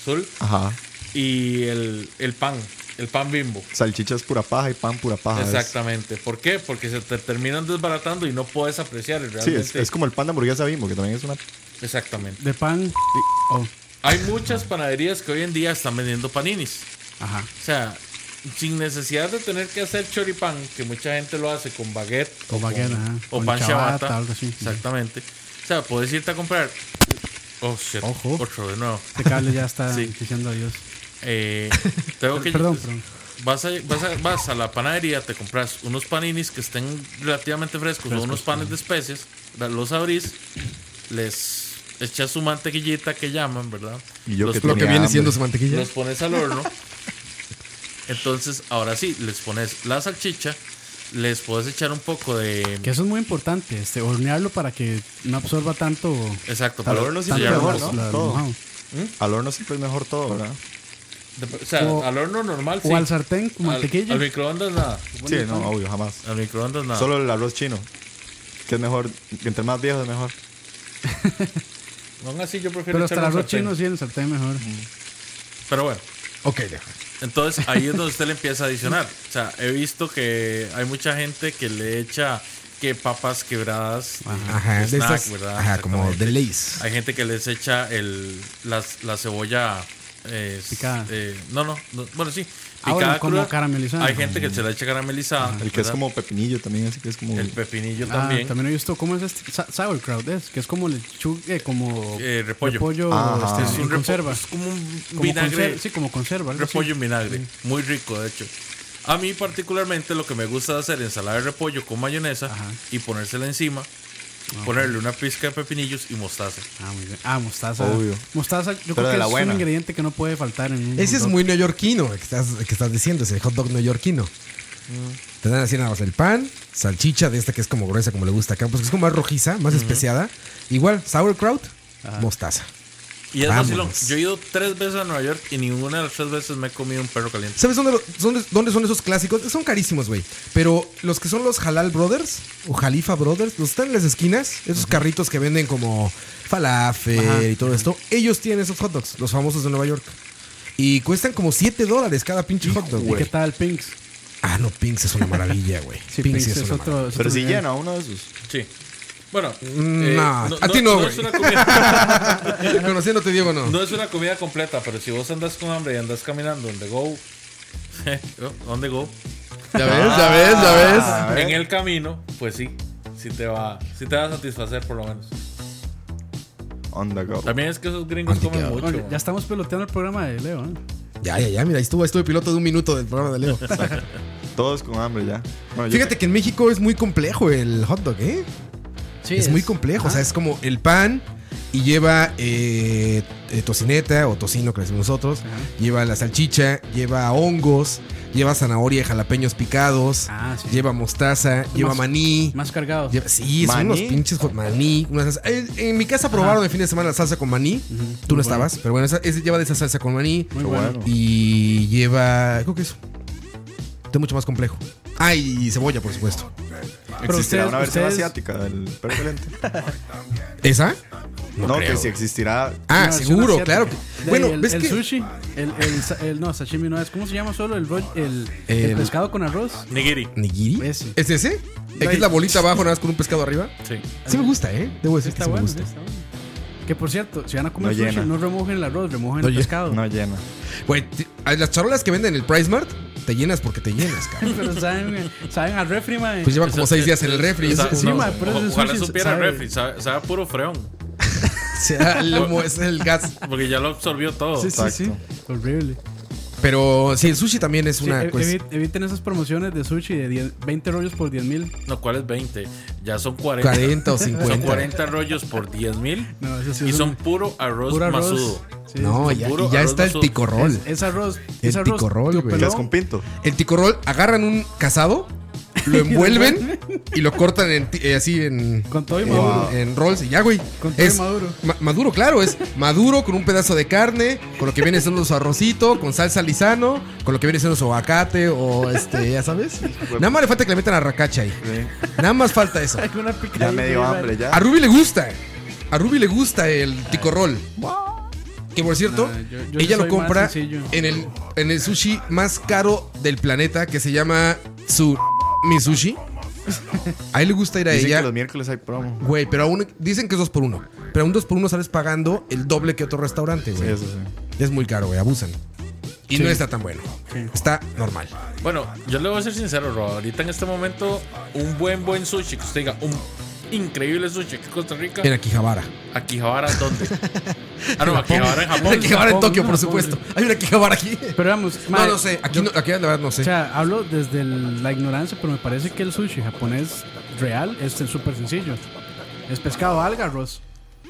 azul, Ajá. y el, el pan, el pan bimbo. Salchicha es pura paja y pan pura paja. Ah, es- Exactamente. ¿Por qué? Porque se te terminan desbaratando y no puedes apreciar el Sí, realmente. es, es como el pan de hamburguesa bimbo, que también es una. Exactamente. De pan. Oh, Hay muchas panaderías que hoy en día están vendiendo paninis. ajá. O sea, sin necesidad de tener que hacer choripán, que mucha gente lo hace con baguette Con baguette, ajá. o Con pan ciabatta, ciabatta. algo así. Exactamente. O sea, puedes irte a comprar. Oh, shit. Ojo. Otro de nuevo. Este cable ya está [laughs] Sí. diciendo adiós. [laughs] Eh, tengo que Perdón, perdón. Vas a, vas, a, vas a la panadería, te compras unos paninis que estén relativamente frescos, o unos panes de especias, la- los abrís, les echas su mantequillita que llaman, ¿verdad? Y yo los, que Lo que Tenía viene hambre. siendo su mantequilla. los pones al horno. Entonces, ahora sí, les pones la salchicha, les puedes echar un poco de... Que eso es muy importante, este, hornearlo para que no absorba tanto. Exacto, Al pero- horno sí pero se ya mejor, lo- ¿no? la- Todo. mojado. Al horno siempre es mejor todo, ¿verdad? de- o sea, O- al horno normal, sí. O al sartén con Al- mantequilla. Al, microondas nada. Sí, no, obvio, jamás. Al microondas nada. Solo el arroz chino. Que es mejor. Entre más viejo es mejor. Aún así yo prefiero pero hasta el echarle arroz sartén. chino sí en el sartén mejor. Pero bueno, Ok, Leo. entonces ahí es donde usted le empieza a adicionar. O sea, he visto que hay mucha gente que le echa que papas quebradas, Ajá, de snack, estas- ¿verdad? Ajá, como Exactamente. de Lays. Hay gente que les echa el, las- la, cebolla eh, Picada. eh, no, no, no, bueno, sí. Ah, bueno, como caramelizada. Hay gente que se la echa caramelizada. El que es ¿verdad? como pepinillo también, así que es como. El pepinillo Ah, también. también he visto cómo es este sa- sauerkraut, es, que es como lechuga, eh, como Eh, repollo. Ah, Ajá. este, Es en un repo- conserva. Es como un Como vinagre. conser- sí, como conserva. algo así. Repollo en vinagre. Muy rico, de hecho. A mí particularmente lo que me gusta hacer ensalada de repollo con mayonesa Ajá. y ponérsela encima, ponerle una pizca de pepinillos y mostaza. Ah, muy bien. Ah, mostaza. Obvio. Mostaza, yo Pero creo de que la es buena. un ingrediente que no puede faltar en un Ese hot es dog. muy neoyorquino, que estás, que estás diciendo, ese hot dog neoyorquino. Mm. Te dan así nada más el pan, salchicha de esta que es como gruesa, como le gusta acá, pues que es como más rojiza, más especiada. Igual, sauerkraut, mostaza. Y es Vámonos. vacilón. Yo he ido tres veces a Nueva York y ninguna de las tres veces me he comido un perro caliente. ¿Sabes dónde, lo- dónde, dónde son esos clásicos? Son carísimos, güey. Pero los que son los Halal Brothers o Jalifa Brothers, los que están en las esquinas, esos carritos que venden como falafel y todo esto, ellos tienen esos hot dogs, los famosos de Nueva York. Y cuestan como 7 dólares cada pinche hot dog, ¿Y qué güey. tal Pinks? Ah, no, Pinks es una maravilla, güey. Sí, Pinks, pues, es, una otro. es otro Pero si nivel. llena uno de esos. Sí. Bueno, eh, no, a ti no, güey. es una comida, maravilla. Conociéndote, Diego, no. no es una comida completa, pero si vos andas con hambre y andas caminando on the go, [laughs] oh, on the go, Ya ves, ya ves, ya A ver. en el camino, pues sí, sí te va, sí te va a satisfacer por lo menos. On the go. También es que esos gringos Antiqueado. comen mucho. Oye, man. ya estamos peloteando el programa de Leo, ¿eh? ves. Ya, ya, ya, mira, ahí estuvo, ahí estuvo el piloto de un minuto del programa de Leo. Todos con hambre ya. Bueno, yo- Fíjate que en México es muy complejo el hot dog, ¿eh? Sí, es, muy complejo. O sea, es como el pan y lleva eh, eh, tocineta o tocino, que le decimos nosotros. Lleva la salchicha, lleva hongos, lleva zanahoria y jalapeños picados, Ah, sí. lleva mostaza, lleva más- maní. Más cargado. lleva- sí, son ¿Maní? unos pinches hot- maní. una salsa- eh, en mi casa probaron el fin de semana la salsa con maní. Tú no estabas, pero bueno, esa, ese lleva de esa salsa con maní. Muy Qué bueno. bueno. Y lleva. Creo que eso. Está mucho más complejo. Ah, y cebolla, por supuesto. existirá ustedes- una versión ustedes- asiática del perro caliente. ¿Esa? No No, creo. que si existirá. Ah, No, es una seguro, asiática. claro. que- De Bueno, ahí el, ves el que. sushi, el, el sa- el- no, sashimi no es. ¿Cómo se llama solo? El, ro- el, el El- pescado con arroz. Nigiri. ¿Nigiri? Ese. ¿Es ese? ¿El que es la bolita abajo, nada más con un pescado arriba? Sí. Sí me gusta, ¿eh? Debo decir que Está sí me bueno, gusta. está bueno. Que por cierto, si van a comer No sushi, llena. no remojen el arroz, remojen No el llena. pescado. No llena. Güey, ti- a las charolas que venden en el Price Mart, te llenas porque te llenas, cabrón. [laughs] Pero saben, eh, saben al refri, mae. Pues llevan como seis días en el refri. O sea, Eso- sí, ma, pero o- ese ojalá sushi supiera sabe- refri, sabe, sabe a puro freón. [laughs] sea el humo, es el gas. Porque ya lo absorbió todo. sí, sí, sí. Horrible. Pero sí, el sushi también es Sí, una pues ev- cuestión. evi- eviten esas promociones de sushi de 10 20 rollos por 10 mil. No, ¿cuál es 20? Ya son 40. 40 o Son 50. 40 rollos por 10 mil. No, eso sí y es son un- puro arroz Puro arroz. masudo. Sí, No, es- ya, puro y ya arroz está el mazo- ticorrol. Es, es arroz. El es arroz. tico roll, tío, güey. ¿Qué pelón. es con pinto? El ticorrol, agarran un [laughs] casado, lo envuelven y lo cortan en ti- eh, así en, Con todo y en, maduro. en rolls y ya, güey. Con todo y es maduro. ma- maduro, claro, es maduro con un pedazo de carne, con lo que viene siendo su arrocito, con salsa lisano, con lo que viene siendo su aguacate o este, ya [laughs] sabes. Nada más le falta que le metan arracacha ahí. Nada más falta eso. Con una picadita, Ya me dio mae. hambre, A ya. Ruby le gusta. A Ruby le gusta el ticorrol. Que por cierto, No, Ah, yo- yo ella lo soy más compra sencillo. en el, en el sushi más caro del planeta que se llama su mi sushi. A él le gusta ir a Dicen que ella. los miércoles hay promo. Güey, pero aún dicen que es dos por uno. Pero a un dos por uno sales pagando el doble que otro restaurante, Sí, güey. eso sí. Es muy caro, güey. Abusan. Y no está tan bueno. Está normal. Bueno, yo le voy a ser sincero, Rob. Ahorita en este momento, un buen, buen sushi. Que usted diga, un increíble sushi aquí en Costa Rica. En Akihabara. Akihabara, [laughs] ¿dónde? ah, no, Akihabara en En Japón. Akihabara en Japón, Tokio, por Japón. supuesto. Hay una Akihabara aquí. Pero vamos, No, no sé. Aquí, yo- no, aquí la verdad no O sé. sea, hablo desde el- la ignorancia, pero me parece que el sushi japonés real es el súper sencillo. Es pescado, alga, arroz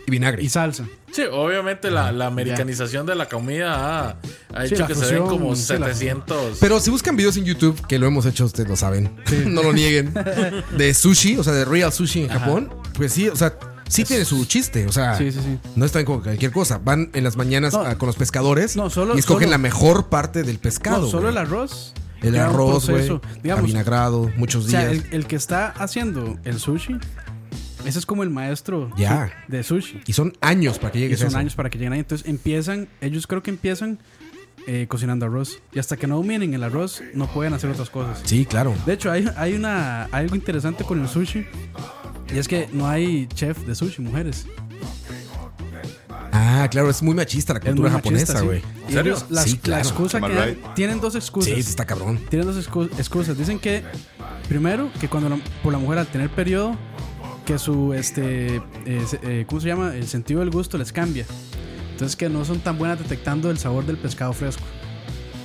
Y vinagre. y salsa. Sí, obviamente la, la americanización de la comida ha, ha Sí, hecho la que se den fusión, como sí, la- 700. Pero si buscan videos en YouTube, que lo hemos hecho, ustedes lo saben, [laughs] no lo nieguen, [laughs] de sushi, o sea, de real sushi en Japón, pues sí, o sea, sí tiene su chiste, o sea, Sí, sí, sí. no están con cualquier cosa. Van en las mañanas No. ah, con los pescadores No, solo- y escogen solo- la mejor parte del pescado. no, solo güey. el arroz. El lleva un arroz, güey, proceso, Digamos, avinagrado, muchos o días. sea, el, el que está haciendo el sushi, ese es como el maestro Ya. su- de sushi. Y son años para que Y llegues a son eso. años para que lleguen ahí. Entonces empiezan, ellos creo que empiezan eh, cocinando arroz. Y hasta que no dominen el arroz, no pueden hacer otras cosas. Sí, claro. De hecho, hay, hay una, hay algo interesante con el sushi. Y es que no hay chef de sushi, mujeres. Ah, claro, es muy machista la Es cultura muy japonesa, machista, sí. güey. Y serio? ellos, las- Sí, claro. La excusa que Am I dan- right? tienen dos Sí, excusas. está cabrón. Tienen dos excu- excusas. Dicen que, primero, que cuando la- por la mujer al tener periodo, que su, este, eh, se- eh, ¿cómo se llama? El sentido del gusto les cambia. Entonces que no son tan buenas detectando el sabor del pescado fresco.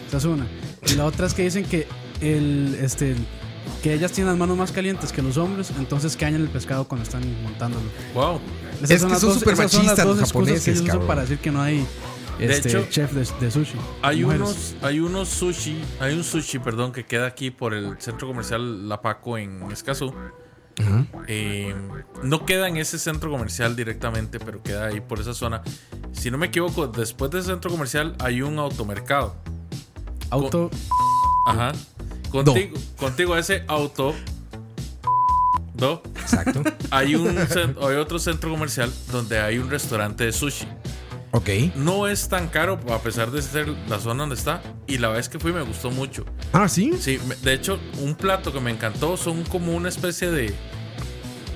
Esa es una. Y la otra es que dicen que el, este, que ellas tienen las manos más calientes que los hombres, entonces que añan el pescado cuando están montándolo. Wow. Esas Es que las son dos- súper esas son las machistas dos los excusas que japoneses, ellos usan cabrón. para decir que no hay De este, hecho, chef de, de sushi. Hay mujeres. unos, hay unos sushi, hay un sushi, perdón, que queda aquí por el centro comercial La Paco en Escazú. Eh, no queda en ese centro comercial directamente, pero queda ahí por esa zona. Si no me equivoco, después del centro comercial hay un automercado. auto Ajá. Contigo, contigo a ese auto. Do. Exacto. [laughs] Hay, un, cen- hay otro centro comercial donde hay un restaurante de sushi. ok. No es tan caro, a pesar de ser la zona donde está. Y la vez que fui me gustó mucho. Ah, sí. Sí, me- de hecho, un plato que me encantó son como una especie de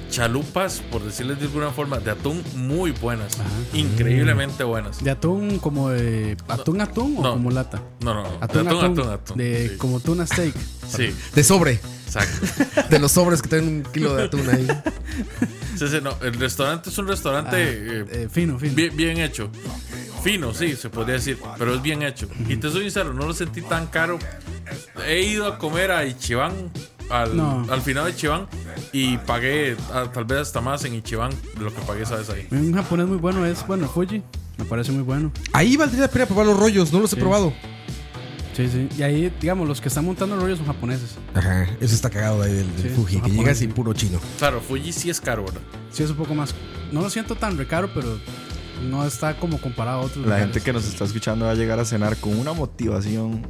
chalupas, por decirles de alguna forma, de atún muy buenas. Increíblemente buenas. Ah, de atún como de atún atún o No. como lata. No, no, no. Atún de atún, atún, atún, atún. de sí, como tuna steak. sí, De sobre. exacto. De los sobres que traen un kilo de atún ahí. Sí, sí, no, el restaurante es un Ah, restaurante eh, eh, fino, fino. bien, bien hecho. Fino, sí, se podría decir, pero es bien hecho. Y te soy sincero, no lo sentí tan caro. He ido a comer a Ichiban, al, No. al final de Ichiban, y pagué ah, tal vez hasta más en Ichiban de lo que pagué esa vez ahí. Un japonés muy bueno es, bueno, Fuji, me parece muy bueno. Ahí valdría la pena probar los rollos, no los he Sí. probado. Sí, sí. Y ahí, digamos, los que están montando rollos son japoneses. Ajá, eso está cagado de ahí del, del Sí, Fuji, que japonés. llegas y puro chino. Claro, Fuji sí es caro, ¿verdad? Sí, es un poco más. No lo siento tan recaro, pero no está como comparado a otros. La lugares. gente que nos está escuchando va a llegar a cenar con una motivación.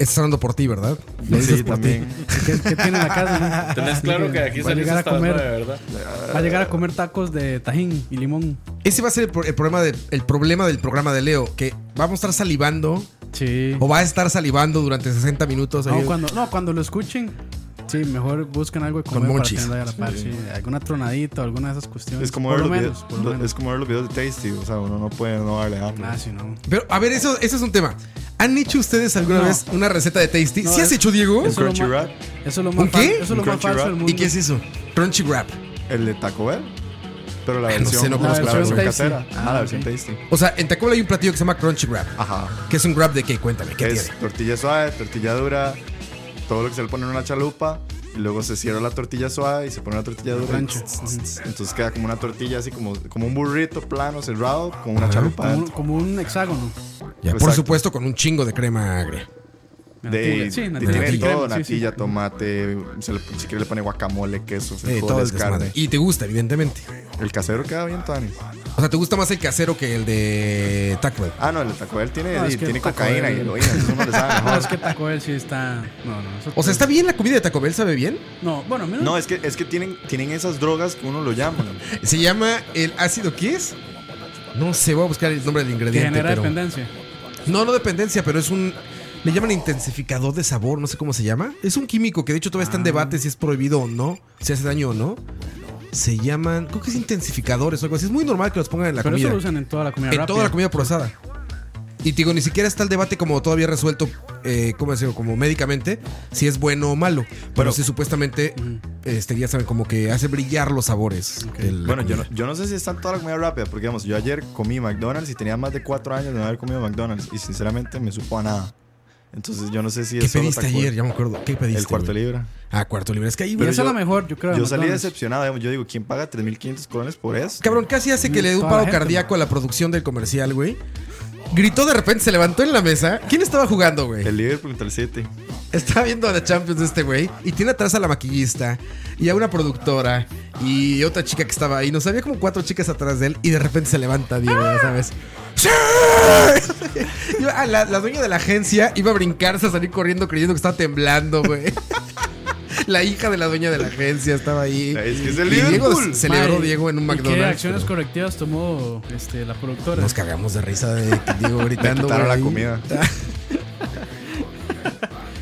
Estás hablando por ti, ¿verdad? Lo dices Sí, por también. ¿Qué, qué tiene la Ah, casa? Tenés claro que de aquí va a salís llegar a hasta las nueve, comer, ¿verdad? va a llegar a comer tacos de tajín y limón. ti. Ese va a ser el, pro- el problema de- el problema del programa de Leo, que vamos a estar salivando Sí. o va a estar salivando durante 60 minutos. ahí. No cuando, no, cuando lo escuchen, sí, mejor busquen algo de Con comer para monchis. tenerlo ahí a la par, sí. Alguna tronadita, alguna de esas cuestiones. Es como, por lo ver los menos, videos, por lo lo- menos. es como ver los videos de Tasty. O sea, uno no puede no darle hambre. Ah, sí, no. Pero, a ver, eso, eso es un tema. ¿Han hecho ustedes alguna No. vez una receta de Tasty? No, ¿Sí has es- hecho, Diego? ¿Un Eso lo Crunchy ma- Wrap? Eso es lo ¿Un más, qué? fa- eso es lo ¿Un más Crunchy falso Wrap? del ¿Y mundo. ¿Y qué es eso? Crunchy Wrap. El de Taco Bell. Pero la Ah, no versión, sé, no la conozco la versión versión. casera. Ah, Ah, la ok. versión Tasty. O sea, en Tacola hay un platillo que se llama Crunchy Wrap. Ah. Ajá. Que es un wrap de qué? Cuéntame, ¿qué Que es tiene? tortilla suave, tortilla dura, todo lo que se le pone en una chalupa. Y luego se cierra la tortilla suave y se pone la tortilla dura. Plancha. Entonces queda como una tortilla así como, como un burrito plano cerrado con una chalupa Como un, adentro. como un hexágono. Ya, por Exacto. supuesto, con un chingo de crema agria. De, Natilla. Sí, y natilla. tiene Natilla. todo, Sí, sí. natilla, tomate, se le, si quiere le pone guacamole, queso, Eh, frijoles, todo es carne. desmadre. Y te gusta, evidentemente. El casero queda bien, Tony. O sea, ¿te gusta más el casero que el de Taco Bell? Ah, no, el Taco Bell tiene, No, es y que tiene Taco cocaína Bell- y heroína, eso no le sabe mejor. No, es que Taco Bell sí está. No, no. eso- pues, O sea, ¿está bien la comida de Taco Bell? ¿Sabe bien? No, bueno, a mí no. No, es que, es que tienen, tienen esas drogas que uno lo llama. Se llama el ácido, ¿qué es? No sé, voy a buscar el nombre del que ingrediente. genera pero- dependencia. No, no dependencia, pero es un. Le llaman intensificador de sabor, no sé cómo se llama. Es un químico que de hecho Ah. todavía está en debate si es prohibido o no, si hace daño o no. Se llaman. Creo que es intensificadores o algo así. Es muy normal que los pongan en la Pero comida. eso lo usan en toda la comida en rápida. toda la comida procesada. Y te digo, ni siquiera está el debate como todavía resuelto, eh, ¿cómo decirlo? Como médicamente, si es bueno o malo. Pero Bueno. sí, supuestamente, este, ya saben, como que hace brillar los sabores. de la Bueno, yo no, comida. yo no sé si está en toda la comida rápida, porque digamos, yo ayer comí McDonald's y tenía más de cuatro años de no haber comido McDonald's y sinceramente me supo a nada. Entonces yo no sé si ¿Qué es solo pediste Taco Bell. ayer? Ya me acuerdo. ¿Qué pediste? El cuarto güey? libra. Ah, cuarto libre. Es que ahí, Y güey, Pero esa es yo- la mejor, yo creo. de Yo salí McDonald's. decepcionado. digamos, Yo digo, ¿quién paga 3.500 colones por eso? Cabrón, casi hace que le dé un Toda la paro gente, cardíaco a la producción del comercial, güey. Gritó de repente, se levantó en la mesa. ¿Quién estaba jugando, güey? El Liverpool contra el City. Estaba viendo a la Champions este güey. Y tiene atrás a la maquillista. Y a una productora. Y otra chica que estaba ahí. Nos había como cuatro chicas atrás de él. Y de repente se levanta, Diego, ya sabes. [laughs] ¡Sí! Yo, ah, la, la dueña de la agencia iba a brincarse, a salir corriendo creyendo que estaba temblando, güey. [laughs] La hija de la dueña de la agencia estaba ahí. Es que es el Y Diego Liverpool. celebró Madre, Diego en un ¿y McDonald's. ¿Qué acciones pero- correctivas tomó este, la productora? Nos cagamos de risa de [laughs] Diego gritando. Me quitaron güey. la comida.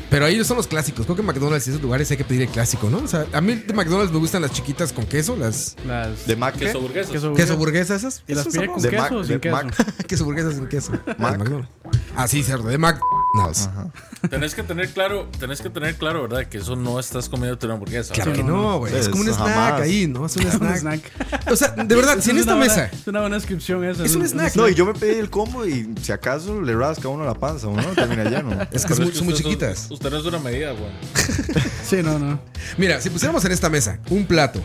Pero ahí son los clásicos. Creo que McDonald's y esos lugares hay que pedir el clásico, ¿no? O sea, a mí de McDonald's me gustan las chiquitas con queso, las Las ¿De Mac? Queso hamburguesas. queso queso burger. burguesas esas. ¿Y las Esas pide son con De queso Mac- o de sin queso? Mac. [laughs] queso burguesas sin queso. Mac. De McDonald's. Ah, sí, cerdo, de McDonald's. Tenés que tener claro, tenés que tener claro, ¿verdad? Que eso no estás comiendo tu hamburguesa. Claro ¿verdad? que no, güey. Es como un Eso snack jamás. ahí, ¿no? [laughs] Es un Un snack. snack. O sea, de verdad, si en Es esta una buena- mesa. Es una buena descripción esa. Es un snack. No, y yo me pedí el combo y si acaso le rasca a uno la panza, uno no termina lleno. Es que Pero es muy- son muy usted- chiquitas. Usted no es una medida, güey. Sí, no, no. Mira, si pusiéramos en esta mesa un plato,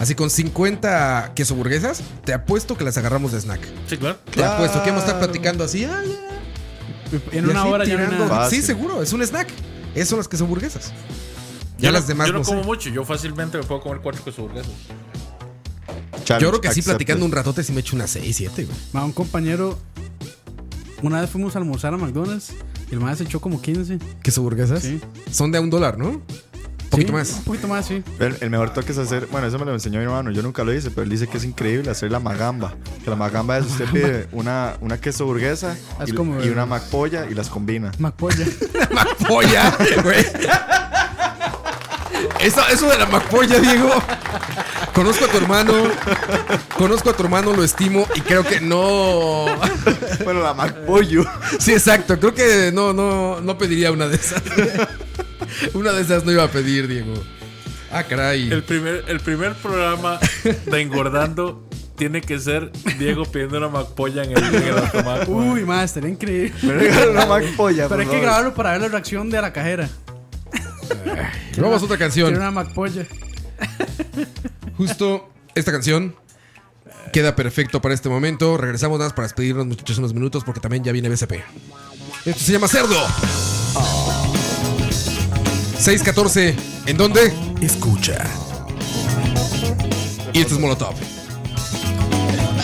así con 50 queso burguesas, te apuesto que las agarramos de snack. Sí, claro. Te apuesto que hemos estado Claro. platicando así. ah, ya, En Y una así hora ya no hay tirando- nada. Fácil. Sí, seguro, es un snack. Esas son las que son hamburguesas. Ya Yo las no- demás Yo no, no sé. como mucho, yo fácilmente me puedo comer cuatro queso burguesas. Challenge Yo creo que sí, accepted. platicando un ratote, sí me echo unas 6, 7, güey. Ma, un compañero, una vez fuimos a almorzar a McDonald's y el más se echó como 15. Queso burguesas. Sí. Son de a un dólar, ¿no? Un poquito Sí, más. [laughs] Un poquito más, sí. El, el mejor toque es hacer, bueno, eso me lo enseñó mi hermano, yo nunca lo hice, pero él dice que es increíble hacer la magamba. Que la magamba es usted pide una, una queso burguesa Haz y, como- y una macpolla y las combina. [laughs] McPolla. ¡Macpolla, güey! Eso, eso de la macpolla, Diego. Conozco a tu hermano. Conozco a tu hermano, lo estimo y creo que no. Bueno, la macpollo. Sí, exacto. Creo que no, no, no pediría una de esas. [laughs] Una de esas no iba a pedir, Diego. Ah, caray. El primer, el primer programa de engordando tiene que ser Diego pidiendo una macpolla en el, en el automac, güey. [laughs] Uy, ma, estaría increíble. [laughs] Me regalan una Pero hay macpolla. por que favor. grabarlo para ver la reacción de la cajera. Luego vamos a otra Tiene canción. una McPolla. Justo esta canción queda perfecto para este momento. Regresamos nada más para despedirnos, muchachos, unos minutos porque también ya viene BCP. Esto se llama Cerdo. 614. ¿En dónde? Escucha. Y esto es Molotov.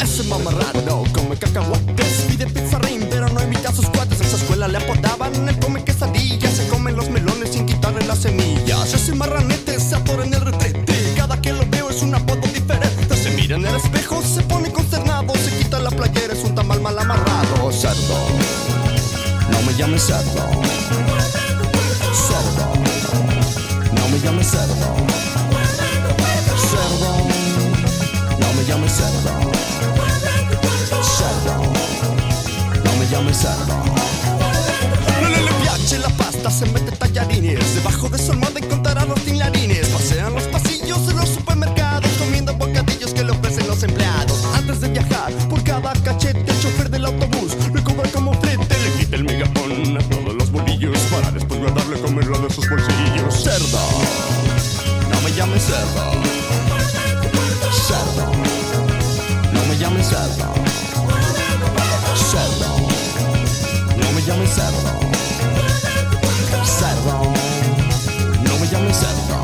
Ese mamarrano come cacahuates, pide pizarrín, pero no invita a sus cuates. En su escuela le apodaban, él come quesadillas, se come los melones sin quitarle las semillas. Ese marranete se atora en el retrete, cada que lo veo es un apodo diferente. Se mira en el espejo, se pone consternado, se quita llame cerdo. Cerdo. No me llame cerdo. Cerdo. No me llame cerdo. Cerdo. No me llame cerdo. No le le piace la pasta, se mete tallarines. Debajo de su almohada encontrará los tinlarines. Pasean los pasillos de los supermercados, comiendo bocadillos que le ofrecen los empleados. Antes de viajar, por cada cachete, el chofer del autobús le cobra como flete. Le quita el megapón a todos los bolillos para después guardarlo y comerlo de sus bolsillos. Cerdo, no me llames cerdo. Cerdo, no me llames cerdo. Cerdo. No me llames cerdo. Cerdo. No me llames cerdo.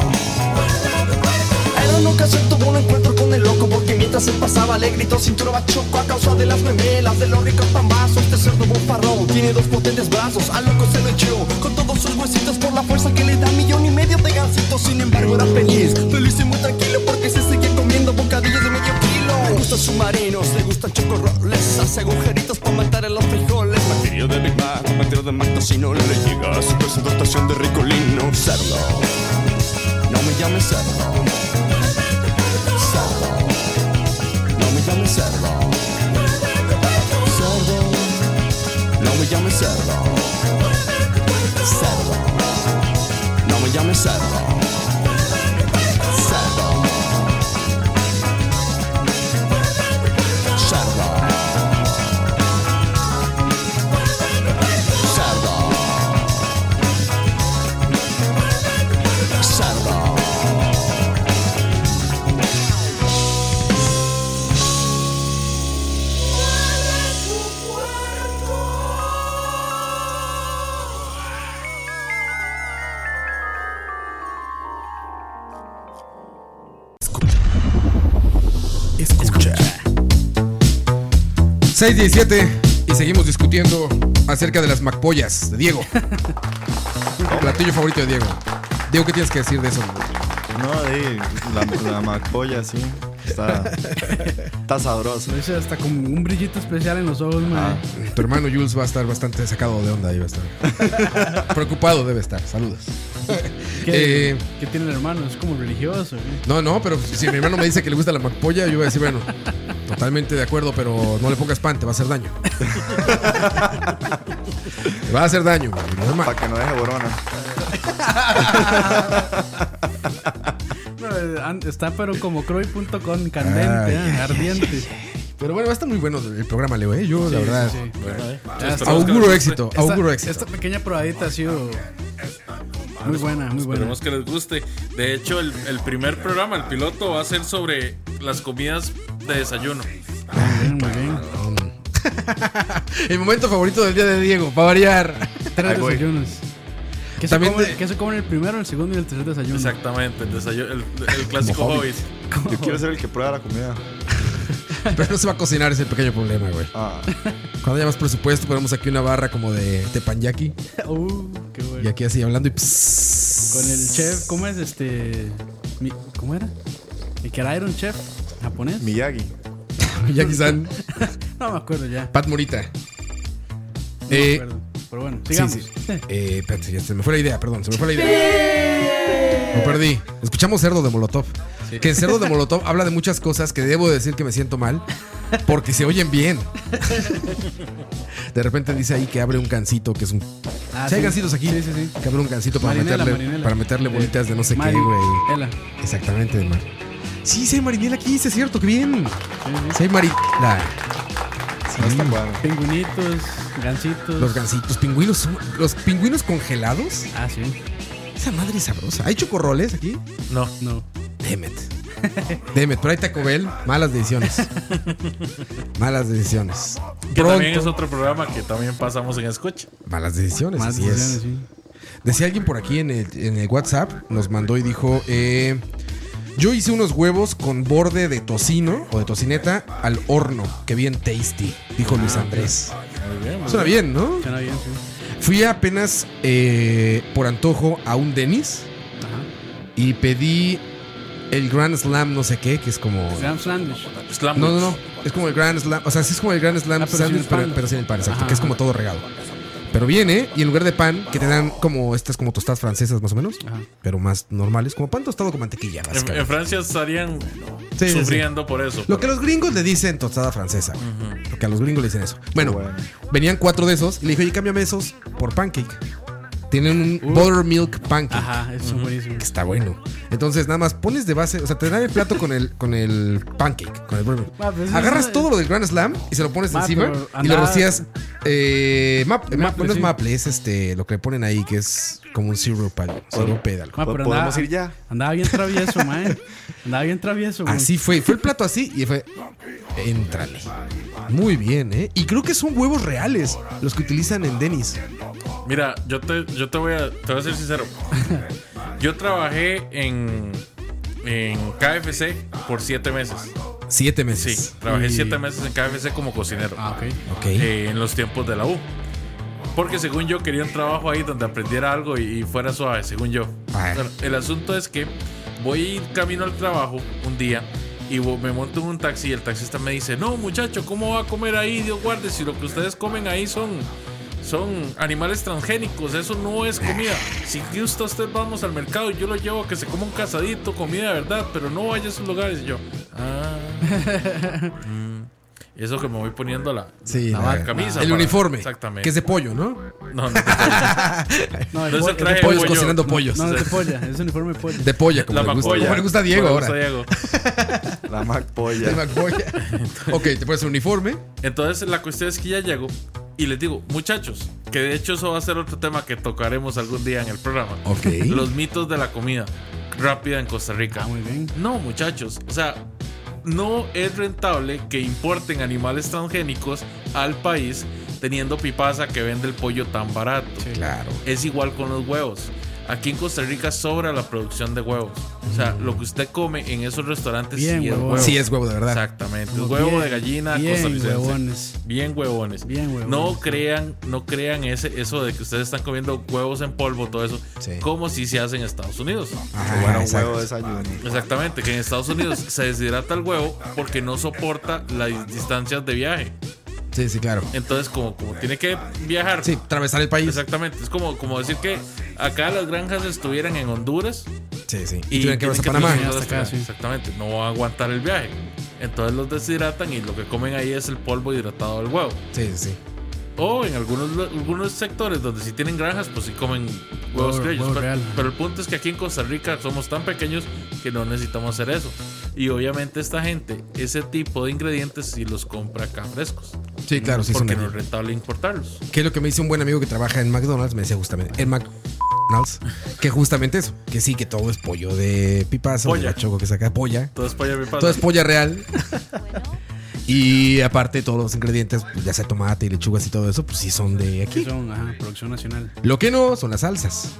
Era una ocasión tuvo un encuentro con el loco porque mientras se pasaba le gritó cintura bachoco a causa de las memelas de los ricos pambazos. Este cerdo bofarrón tiene dos potentes brazos, al loco se lo echó con todos sus huesitos por la fuerza que le da millón y medio de gansitos. Sin embargo era feliz, feliz y muy tranquilo porque se seguía comiendo bocadillos de medio kilo. Le gustan submarinos, le gustan chocorroles, hace agujeritos para matar a los frijoles. Materia de Big Mac, materia de Mac, tocino, le llega a su presentación de ricolino. Cerdo, no me llames cerdo. Cerdo, no me llames cerdo. Cerdo, no me llames cerdo. Cerdo, no me llames cerdo. Cerdo. Cerdo. Cerdo. Cerdo. Escucha. 617 y seguimos discutiendo acerca de las macpollas de [laughs] Diego. Platillo favorito de Diego. Diego, ¿qué tienes que decir de eso? No, de la, la macolla, sí. Está, está sabroso. Ah, Lo hice hasta con un brillito especial en los ojos, man. Tu hermano Jules va a estar bastante sacado de onda ahí, va a estar. [laughs] Preocupado debe estar. Saludos. ¿Qué, Eh, qué tiene el hermano? ¿Es como religioso? ¿eh? ¿qué? No, no, pero si mi hermano me dice que le gusta la macpolla, yo voy a decir, bueno, totalmente de acuerdo, pero no le pongas pan, te va a hacer [laughs] daño. Te va a hacer daño, normal. Para que no deje borona. No, eh, an- está pero como croy.com, candente, Ay, ah, ardiente. [laughs] Pero bueno, va a estar muy bueno el programa, Leo, ¿eh? Yo, la verdad. sí, sí. Esperemos que Auguro les éxito, Esta- auguro éxito. Esta pequeña probadita ha sido muy buena, muy buena. Esperemos que les guste. De hecho, el, el primer programa, el piloto, va a ser sobre las comidas de desayuno. Muy bien, muy bien. El momento favorito del día de Diego, para variar. Tres Ahí voy. desayunos. ¿Qué se, También come, te- qué se come en el primero, el segundo y el tercer desayuno? Exactamente, el, desayu- el, el clásico Como hobbit. Yo quiero ser el que prueba la comida. Pero no se va a cocinar, es el pequeño problema, güey. Ah, Cuando haya más presupuesto, ponemos aquí una barra como de tepanyaki. [laughs] Uh, qué Y bueno. aquí así hablando y. Con el chef, [laughs] ¿cómo es este? Mi- ¿Cómo era? ¿El que era un chef japonés? Miyagi. Miyagi-san. No me acuerdo ya. Pat Morita. No me eh, acuerdo. Pero bueno, sí, sigamos. sí. Eh, espérate, ya se me fue la idea, perdón, se me fue la idea. Lo perdí. Escuchamos Cerdo de Molotov. Que Cerdo de Molotov habla de muchas cosas que debo decir que me siento mal porque se oyen bien. De repente dice ahí que abre un cancito, que es un. Ah, si hay sí. gancitos aquí, Sí, sí, sí. que abre un cancito para Marinela, meterle marinela. Eh, para meterle bolitas de no sé qué, Mari- güey. Ela. Exactamente, de mar. Sí, sí hay marinela aquí, sí es cierto, que bien. Sí hay marinela. Sí. No está bueno. Pingüinitos, gansitos. Los gansitos, pingüinos, son- los pingüinos congelados. Ah, sí. Esa madre es sabrosa. ¿Hay chocorroles aquí? No, No. Demet. Demet, pero hay Taco Bell. Malas decisiones. Malas decisiones. que también es Pronto. otro programa que también pasamos en Escucha. Malas decisiones, Más así opciones, es. sí. Decía alguien por aquí en el, en el WhatsApp, nos mandó y dijo, eh, yo hice unos huevos con borde de tocino o de tocineta al horno, que bien tasty, dijo Luis Andrés. Suena Ah, bien, ¿no? Suena bien, sí. Fui apenas eh, por antojo a un Denis Ajá. y pedí el Grand Slam no sé qué, que es como... Graham Sandwich. Slam No, no, no. Es como el Grand Slam. O sea, sí es como el Grand Slam Ah, pero sin sandwich, el pero, pan. pero sin el pan, exacto. Ajá. Que es como todo regado. Pero viene y en lugar de pan, que te dan como estas como tostadas francesas más o menos, pero más normales, como pan tostado con mantequilla. En, en básicamente. Francia estarían Sí, sí, sí. sufriendo por eso. Lo que los gringos le dicen tostada francesa. Ujú. Porque a los gringos le dicen eso. Bueno, Bueno. venían cuatro de esos y le dije, oye, cámbiame esos por pancake. Tienen un buttermilk pancake. Ajá, eso es buenísimo. que está bueno. Entonces, nada más pones de base, o sea, te dan el plato con el, con el pancake, con el bourbon. Ah, pues eso Agarras es- todo lo del Grand Slam y se lo pones Ma, encima pero y lo andaba- rocías. Eh, map- eh, map- Maple, no es sí. maple, es este, lo que le ponen ahí, que es como un syrup, algo, sirope de algo. Ma, Ah, pero ¿Podemos andaba- ir ya? Andaba bien travieso, mae. Andaba bien travieso. güey. Así fue, fue el plato así y fue. Entrale. Muy bien, ¿eh? Y creo que son huevos reales los que utilizan en Dennis. Mira, yo te, yo te voy a, te voy a ser sincero. Yo trabajé en, en KFC por siete meses. Siete meses. Sí, trabajé Y- siete meses en KFC como cocinero. Ah, ok. Ok. eh, en los tiempos de la U. Porque según yo quería un trabajo ahí donde aprendiera algo y, y fuera suave, según yo. Ajá. Bueno, el asunto es que voy camino al trabajo un día y vo- me monto en un taxi y el taxista me dice, no muchacho, ¿cómo va a comer ahí? Dios guarde, si lo que ustedes comen ahí son... Son animales transgénicos, eso no es comida. Si gusta usted vamos al mercado, yo lo llevo a que se coma un casadito, comida de verdad, pero no vaya a esos lugares. Y yo, ah, mm, eso que me voy poniendo la, Sí, la la- camisa. el para- uniforme. Exactamente. Que es de pollo, ¿no? [laughs] No, no, no, No, no es el po- traje de pollos pollo. cocinando pollos. No, no es [laughs] de polla, es uniforme de polla. De polla, como, La le gusta, macolla. como le gusta a Diego Como le ahora. gusta a Diego. La [laughs] MacPolla. De macolla. [laughs] ok, te pones un uniforme. Entonces la cuestión es que ya llego y les digo, muchachos, que de hecho eso va a ser otro tema que tocaremos algún día en el programa. Ok. Los mitos de la comida rápida en Costa Rica. Ah, muy bien. No, muchachos, o sea, no es rentable que importen animales transgénicos al país teniendo Pipasa que vende el pollo tan barato. Claro. Es igual con los huevos. Aquí en Costa Rica sobra la producción de huevos. O sea, lo que usted come en esos restaurantes Mm. Bien, sí es huevón. huevo. Sí, es huevo de verdad. Exactamente. Como huevo bien, de gallina bien costarricense. huevones. Bien huevones. Bien huevones. No crean, no crean ese, eso de que ustedes están comiendo huevos en polvo, todo eso, Sí. como si se hace en Estados Unidos. Ajá, Bueno, un exacto. huevo de desayuno. Exactamente, que en [laughs] Estados Unidos se deshidrata el huevo porque no soporta las distancias de viaje. Sí, sí, claro. Entonces, como, como tiene que viajar Sí, atravesar el país. Exactamente, es como, como decir que acá las granjas estuvieran en Honduras Sí, sí. Y, y, tuvieron que tienen irse a que Panamá. cruzar Hasta acá, hasta- sí. Exactamente, no va a aguantar el viaje. Entonces los deshidratan y lo que comen ahí es el polvo hidratado del huevo. Sí, sí, sí. O en algunos, lu- algunos sectores donde si tienen granjas, pues sí comen huevos Huevo- criollos. huevo Pero, real. pero el punto es que aquí en Costa Rica somos tan pequeños que no necesitamos hacer eso. Y obviamente esta gente, ese tipo de ingredientes, si los compra acá frescos. Sí, claro, sí, son porque de no es aquí. rentable importarlos. Que es lo que me dice un buen amigo que trabaja en McDonald's, me decía justamente, en McDonald's, que justamente eso, que sí, que todo es pollo de pipazo, Polla. de choco que saca polla, Todo es pollo, pues, me pasa. todo es polla real. y aparte todos los ingredientes, pues, ya sea tomate y lechugas y todo eso, pues sí son de Sí, aquí. son, ajá, producción nacional. Lo que no son las salsas,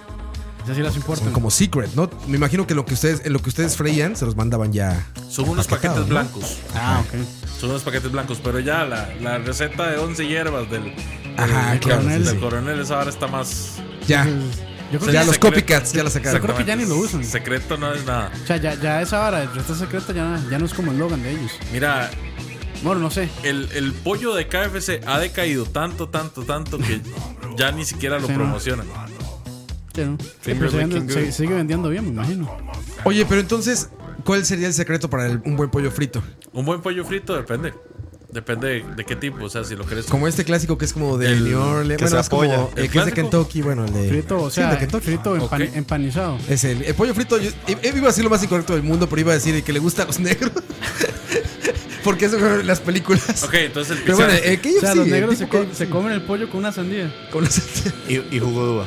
Esas sí las importan. son como secret, ¿no? Me imagino que lo que ustedes, en lo que ustedes freían, se los mandaban ya. pues, Son unos Empaquetado, paquetes ¿no? blancos. Ah, ok. Son unos paquetes blancos, pero ya la, la receta de 11 hierbas del, Ajá, del claro, coronel, sí, sí. del coronel, esa ahora está más. Ya. Yo creo Ya que, los secreto. copycats, ya la sacaron. creo que ya ni lo usan. Secreto no es nada. o sea, ya, ya esa vara de receta secreta ya, ya no es como el Logan de ellos. Mira, Bueno, no sé. el, el pollo de KFC ha decaído tanto, tanto, tanto que ya ni siquiera lo Sí, ¿no? promocionan. Sí, ¿no? Sí, pero Finger se, licking vende- se- good. sigue vendiendo bien, me imagino. Oye, pero entonces, ¿cuál sería el secreto para el- un buen pollo frito? Un buen pollo frito depende. Depende de, de qué tipo. O sea, si lo querés. Como este clásico que es como de El- New Orleans. que Bueno, se es como apoya. el, ¿El que es de clásico? Kentucky, bueno, el de. Frito, o Eh, sí, el sea, de Kentucky. frito empan- Ok. empanizado. Es el, el pollo frito. Yo, eh, iba a decir lo más incorrecto del mundo, pero iba a decir el que le gusta a los [laughs] negros. Porque eso fueron las películas. Ok, entonces el que Pero bueno, sea- el que O sea, los negros se, tipo co- se comen el pollo con una sandía. con [laughs] los- Y, y jugo de uva.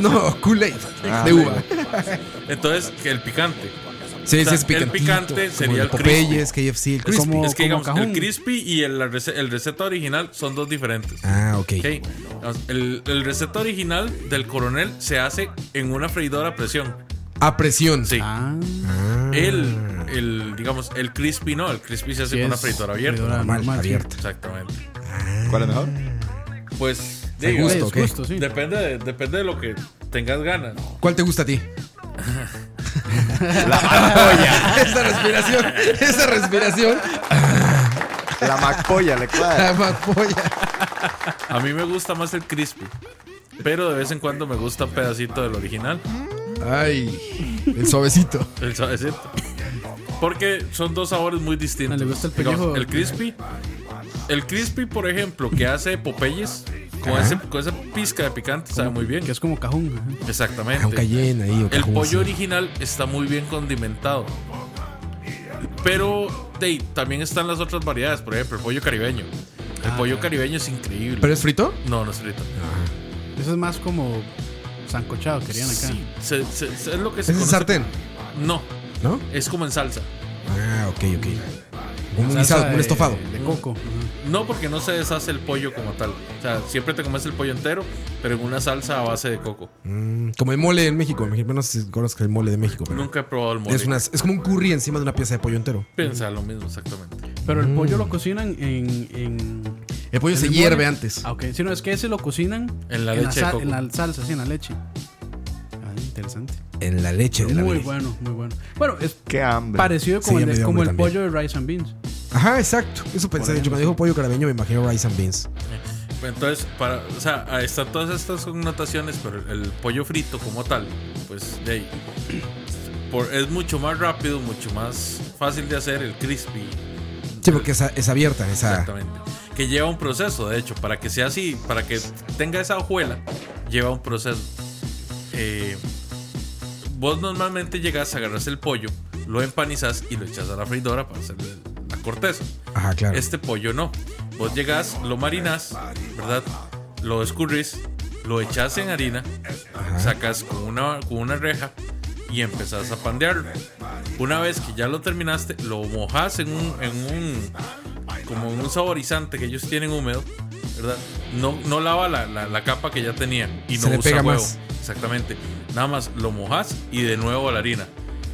No, Kool-Aid. Ah, de uva. eh, Entonces, que el picante. Sí, O sea, sí, es el picantito, picante como sería el Popeyes, KFC, el crispy. como- es que digamos, el cajún. crispy y el, la rece- el receta original son dos diferentes. Ah, ok. Ok, vamos, El, el receta original del coronel se hace en una freidora a presión. A presión. Sí. Ah, Ah, El, el, digamos, el crispy no, el crispy se hace sí con una es freidora abierta. freidora normal, normal, sí. abierta. Exactamente. ¿Cuál es mejor? Pues, Al digo, gusto, Sí, es ok. gusto, sí. depende, de, depende de lo que tengas ganas. ¿Cuál te gusta a ti? [laughs] esa respiración, esa respiración. [laughs] La MacPolla, le La cuadra. mapolla. A mí me gusta más el crispy. Pero de vez en cuando me gusta un pedacito del original. Ay, el suavecito. El suavecito. Porque son dos sabores muy distintos. No, Ah, le gusta el Digamos, pellejo. el crispy. El crispy, por ejemplo, que hace Popeyes con, ese, con esa pizca de picante, sabe muy bien. Que es como cajón. ajá. Ah, un Exactamente. cayenne ahí. o El cajún, pollo sí. original está muy bien condimentado. Pero de ahí, también están las otras variedades, por ejemplo, el pollo caribeño. El pollo caribeño es increíble. ¿Pero es frito? no, no es frito. Eso es más como sancochado, querían acá. Sí, se- se- se- es lo que ¿Es se en conoce- sartén? No, ¿No? es como en salsa. Ah, ok, ok. Como un Salsa guisado, como un de- estofado. De coco. ajá. No porque no se deshace el pollo como tal. O sea, siempre te comes el pollo entero, pero en una salsa a base de coco. Mm, como el mole en México. En México, No sé si conozcas el mole de México, pero. Nunca he probado el mole. Es, una- es como un curry encima de una pieza de pollo entero. Piensa lo mismo, exactamente. Pero el pollo lo cocinan en. en El pollo en se el hierve mole. antes. Ah, ok. Si no, es que ese lo cocinan En la leche de sal- coco. en la salsa, sí, en la leche. Ah, interesante. En la leche de la muy Virgen. bueno, muy bueno. Bueno, es Qué hambre. parecido Sí, como el, me de- dio como hambre el también. pollo de rice and beans. Ajá, exacto. Eso pensé. De hecho, me dijo pollo carameño, me imagino rice and beans. Entonces, para, o sea, ahí están todas estas connotaciones, pero el pollo frito como tal, pues de ahí, por, es mucho más rápido, mucho más fácil de hacer el crispy. Sí, porque es, a- es abierta esa. Exactamente. Que lleva un proceso, de hecho, para que sea así, para que tenga esa hojuela, lleva un proceso. Eh, vos normalmente llegas, agarras el pollo, lo empanizas y lo echas a la freidora para hacerle la corteza. Ajá, claro. Este pollo no. Vos llegás, lo marinás, ¿verdad? Lo escurrís, lo echás en harina, sacas con una, con una reja y empezás a pandearlo. Una vez que ya lo terminaste, lo mojás en un, en un como en un saborizante que ellos tienen húmedo, ¿verdad? No, no lava la, la- la capa que ya tenía y no Se le usa pega huevo. más. Exactamente. Nada más lo mojas y de nuevo a la harina.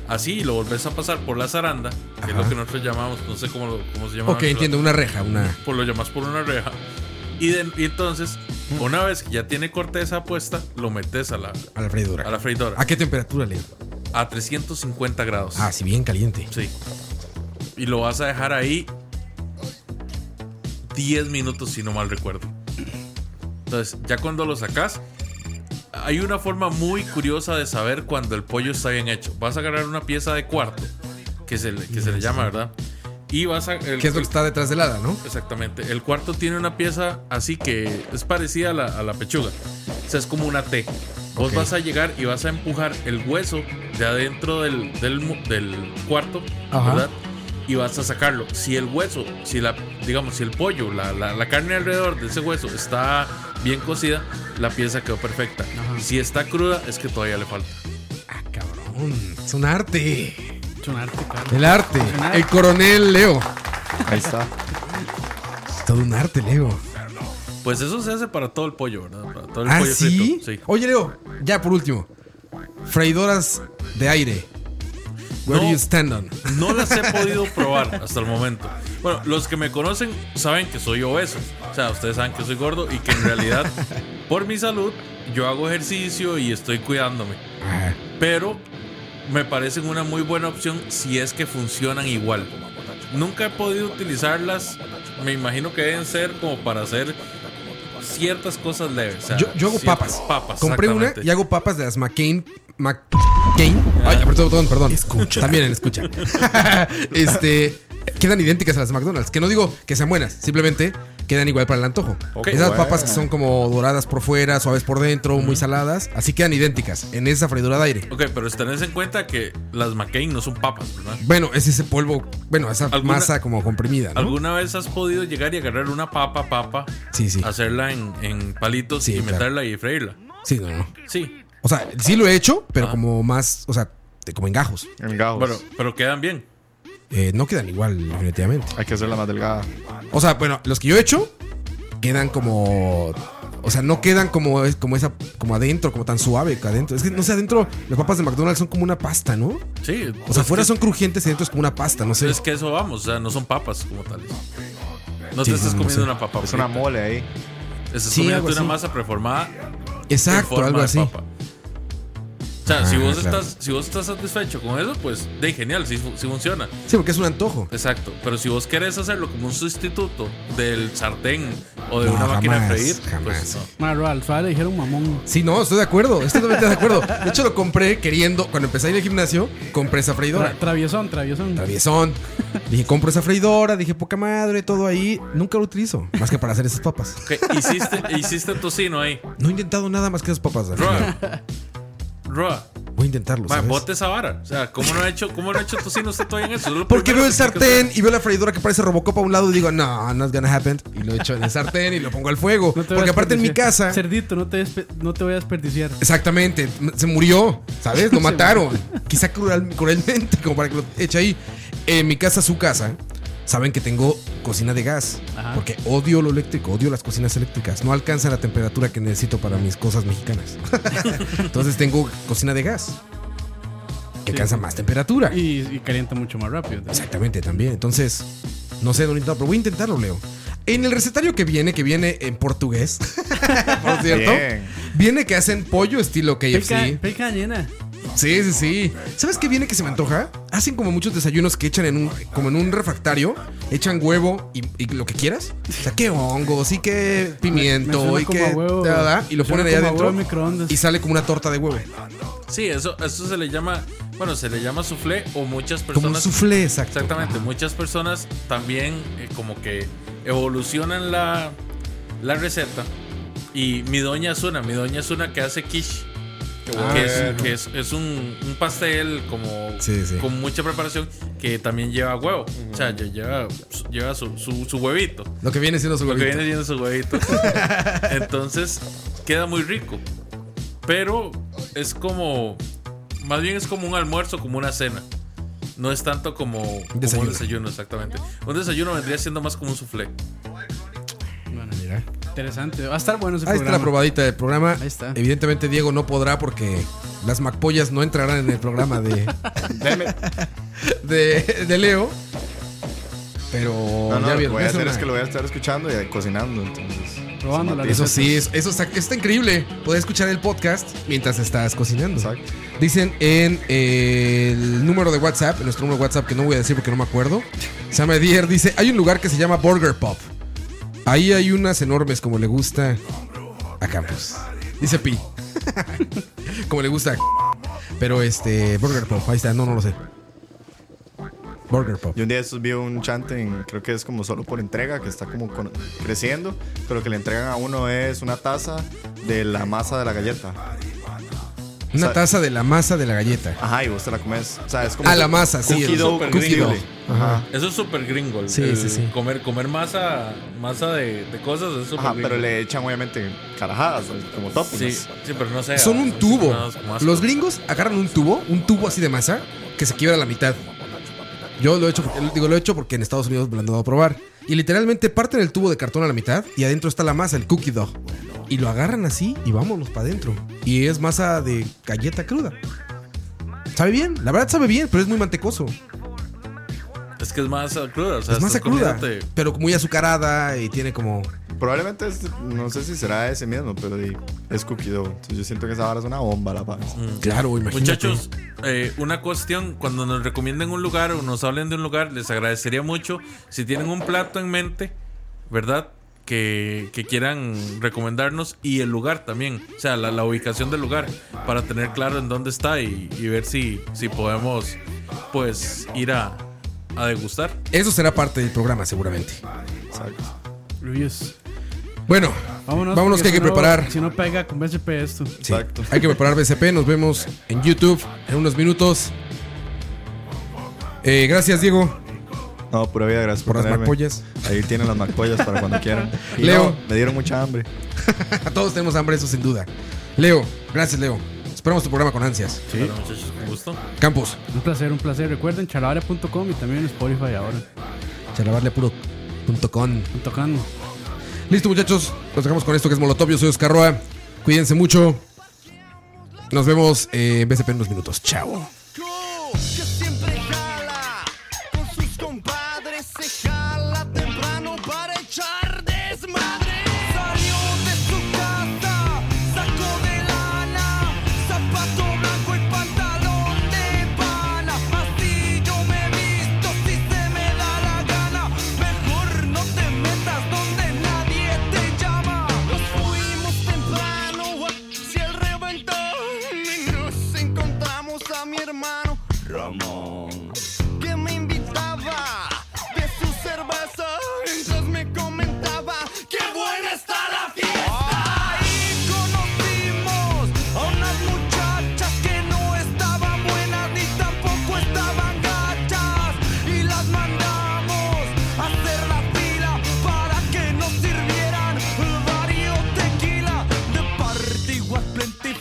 Así lo volvés a pasar por la zaranda, que es Ajá. lo que nosotros llamamos, no sé cómo, lo- cómo se llama. ok, entiendo. Una reja, una. Por lo llamas por una reja. Y, de- y entonces, una vez que ya tiene corteza puesta, lo metes a la, A la freidora. a la freidora ¿A qué temperatura, Leo? a 350 grados. Ah, sí, bien caliente. Sí. Y lo vas a dejar ahí 10 minutos, si no mal recuerdo. Entonces, ya cuando lo sacas, hay una forma muy curiosa de saber cuando el pollo está bien hecho. Vas a agarrar una pieza de cuarto, que se le, que se le llama, ¿verdad? Y vas a. el- ¿Qué es lo que está detrás del hada, no? Exactamente. El cuarto tiene una pieza así que es parecida a la, a la pechuga. O sea, es como una T. Vos Ok. vas a llegar y vas a empujar el hueso de adentro del, del, mu- del cuarto, Ajá. ¿verdad? Y vas a sacarlo. Si el hueso, si la, digamos, si el pollo, la, la- la carne alrededor de ese hueso está bien cocida, la pieza quedó perfecta. Si está cruda, es que todavía le falta. Ah, cabrón. Es un arte. Es un arte, claro. El arte. El coronel Leo. Ahí está. Es todo un arte, Leo. Pues eso se hace para todo el pollo, ¿verdad? Para todo el ¿Ah, pollo sí? frito. Sí. Oye, Leo, ya por último. Freidoras de aire. Where No. do you stand on? No las he podido probar hasta el momento. Bueno, los que me conocen saben que soy obeso. O sea, ustedes saben que soy gordo y que en realidad, por mi salud, yo hago ejercicio y estoy cuidándome. Ajá. Pero me parecen una muy buena opción si es que funcionan igual. Nunca he podido utilizarlas. Me imagino que deben ser como para hacer ciertas cosas leves. o sea, Yo, yo hago ciertas papas. Papas. Compré una exactamente. y hago papas de las McCain. McCain. Ay, apreté el botón, perdón. Escucha. También en [laughs] escucha. este. Quedan idénticas a las McDonald's. Que no digo que sean buenas, simplemente quedan igual para el antojo. Ok. Esas Bueno. papas que son como doradas por fuera, suaves por dentro, muy saladas, así quedan idénticas en esa freidora de aire. Ok, pero tenés en cuenta que las McCain no son papas, ¿verdad? Bueno, es ese polvo, bueno, esa ¿Alguna- masa como comprimida. ¿no? ¿Alguna vez has podido llegar y agarrar una papa, papa, Sí, sí. hacerla en, en palitos Sí, y claro. meterla y freírla? Sí, no, no. Sí. O sea, sí lo he hecho, pero Ah. como más, o sea, de- como en gajos. En gajos. Bueno, pero quedan bien. Eh, no quedan igual, definitivamente. Hay que hacerla más delgada. O sea, bueno, los que yo he hecho quedan como. O sea, no quedan como, es- como esa, como adentro, como tan suave que adentro. Es que no sé, adentro las papas de McDonald's son como una pasta, ¿no? Sí. O sea, es afuera que- son crujientes y adentro es como una pasta, no sé. Es que eso vamos, o sea, no son papas como tales. No Sí, te estás no, no comiendo sé. una papa. Es una frita. mole ahí. Estás Sí, comiendo algo una así. masa preformada en Exacto, forma algo de así. papa. O sea, si, Ah, vos claro. estás, si vos estás satisfecho con eso, pues de genial, si, fu- si funciona. Sí, porque es un antojo. Exacto. Pero si vos querés hacerlo como un sustituto del sartén o de No, una máquina jamás, de freír, jamás. pues no. Maro, al Fada le dijeron mamón. Sí, no, estoy de acuerdo, estoy totalmente de acuerdo. De hecho, lo compré queriendo, cuando empecé a ir al gimnasio, compré esa freidora. Tra- traviesón, traviesón. Traviesón. Dije, compro esa freidora, dije, poca madre, todo ahí. Nunca lo utilizo, más que para hacer esas papas. Ok, hiciste, hiciste tocino ahí. No he intentado nada más que esas papas. al final. Roa. Roa. Voy a intentarlo, Ma, ¿sabes? bote esa vara. O sea, ¿cómo no ha hecho, cómo no ha hecho tocino usted todavía en eso? Es lo Porque veo primero el que tiene que sartén y veo la freidora que parece Robocop a un lado y digo, no, not gonna happen. Y lo echo en el sartén y lo pongo al fuego. No te voy a Porque aparte en mi desperdiciar. casa... Cerdito, no te, despe- no te voy a desperdiciar. Exactamente, se murió, ¿sabes? Lo [laughs] Se mataron. Quizá cruel- cruelmente, como para que lo eche ahí. En mi casa, su casa, saben que tengo cocina de gas. Ajá. Porque odio lo eléctrico, odio las cocinas eléctricas. No alcanza la temperatura que necesito para mis cosas [laughs] mexicanas. Entonces tengo cocina de gas. Que Sí. alcanza más temperatura. Y, y calienta mucho más rápido. Exactamente, también. Entonces, no sé, no lo he intentado, pero voy a intentarlo, Leo. En el recetario que viene, que viene en portugués, [laughs] por cierto, Bien. viene que hacen pollo estilo KFC. Peca, peca llena. Sí, sí, sí. ¿Sabes qué viene que se me antoja? Hacen como muchos desayunos que echan en un, como en un refractario, echan huevo y, y lo que quieras. O sea, qué hongos y qué Me pimiento suena y como qué. a huevo. da, da, y lo Me ponen allá suena como a huevo adentro en microondas. y sale como una torta de huevo. Sí, eso, eso se le llama, bueno, se le llama soufflé o muchas Como un personas. soufflé, exacto. Exactamente, muchas personas también eh, como que evolucionan la, la receta. Y mi doña es una, mi doña es una que hace quiche. que es, que es- es un, un pastel como Sí, sí. con mucha preparación que también lleva huevo. O sea, ya lleva, lleva su, su- su huevito. Lo que viene siendo su Lo que huevito. viene siendo su huevito. [laughs] Entonces, queda muy rico. Pero es como. Más bien es como un almuerzo, como una cena. No es tanto como, como Desayuno. un desayuno, exactamente. Un desayuno vendría siendo más como un soufflé. Bueno, Interesante. Va a estar bueno ese Ahí está Ah, este la Este programa. probadita del programa. Ahí está. Evidentemente Diego no podrá porque las macpollas no entrarán en el programa [laughs] de, de, de Leo. Pero Oh, ya No, no, lo que vieron, voy a es hacer una- es que lo voy a estar escuchando y cocinando, entonces. Probando la Eso receta. sí, es- eso está, está increíble. Puedes escuchar el podcast mientras estás cocinando. Exacto. Dicen en eh, el número de WhatsApp, en nuestro número de WhatsApp que no voy a decir porque no me [laughs] acuerdo. Samedier dice, hay un lugar que se llama Burger Pop. Ahí hay unas enormes como le gusta a Campos. Dice [laughs] Pi. como le gusta. a- Pero este, Burger Pop, ahí está, no, no lo sé. Burger Pop. Yo un día de estos vi un chante, en- creo que es como solo por entrega, que está como con- creciendo, pero que le entregan a uno es una taza de la masa de la galleta. Una sa- taza de la masa de la galleta. Ajá, y vos te la comes. O sea, es como. A Ah, la masa, sí. Cookie el- dough super cookie dough. consumible. Ajá. Eso es súper gringo. el- Sí, el sí, sí. Comer, comer masa, masa de, de cosas es súper Ajá, gringo. pero le echan obviamente carajadas, como Sí, toppings. sí, pero no sé. ah, Son un no sé, tubo. nada más como asco. Los gringos agarran un tubo, un tubo así de masa, que se quiebra a la mitad. Yo lo he hecho, digo, lo he hecho porque en Estados Unidos me lo han dado a probar. Y literalmente parten el tubo de cartón a la mitad y adentro está la masa, el cookie dough. Y lo agarran así y vámonos para adentro. Y es masa de galleta cruda. Sabe bien, la verdad sabe bien, pero es muy mantecoso. Es que es masa cruda. O sea, es estás masa cruda, comiéndote- pero muy azucarada y tiene como... Probablemente, es- no sé si será ese mismo, pero di- es cookie dough. Entonces yo siento que esa vara es una bomba, la panza. Claro, imagínate. Muchachos, eh, una cuestión, cuando nos recomienden un lugar o nos hablen de un lugar, les agradecería mucho si tienen un plato en mente, ¿verdad? Que, que quieran recomendarnos y el lugar también, o sea, la, la ubicación del lugar, para tener claro en dónde está y, y ver si, si podemos, pues, ir a, a degustar. Eso será parte del programa seguramente. Exacto. Reviews. Bueno, vámonos, Vámonos. vámonos que hay que porque si no- preparar. Si no pega con BCP esto. Sí, Exacto. Hay que preparar BCP. Nos vemos en YouTube en unos minutos. Eh, gracias, Diego, No, pura vida, gracias por, por las tenerme. macpollas. Ahí tienen las macpollas para cuando quieran. Y Leo. no, me dieron mucha hambre. A todos tenemos hambre, eso sin duda. Leo, gracias, Leo. Esperamos tu programa con ansias. Sí. muchachos, con gusto. Campos, Un placer, un placer. Recuerden, chalabaria.com y también en Spotify ahora. chalabarlepuro.com. Están tocando. Listo, muchachos. Nos dejamos con esto que es Molotov. Yo soy Oscar Roa. Cuídense mucho. Nos vemos eh, en BCP en unos minutos. Chao. Yo, que siempre jala con sus compadres se jala temprano para echar desmadre salió de su casa sacó de lana zapato blanco y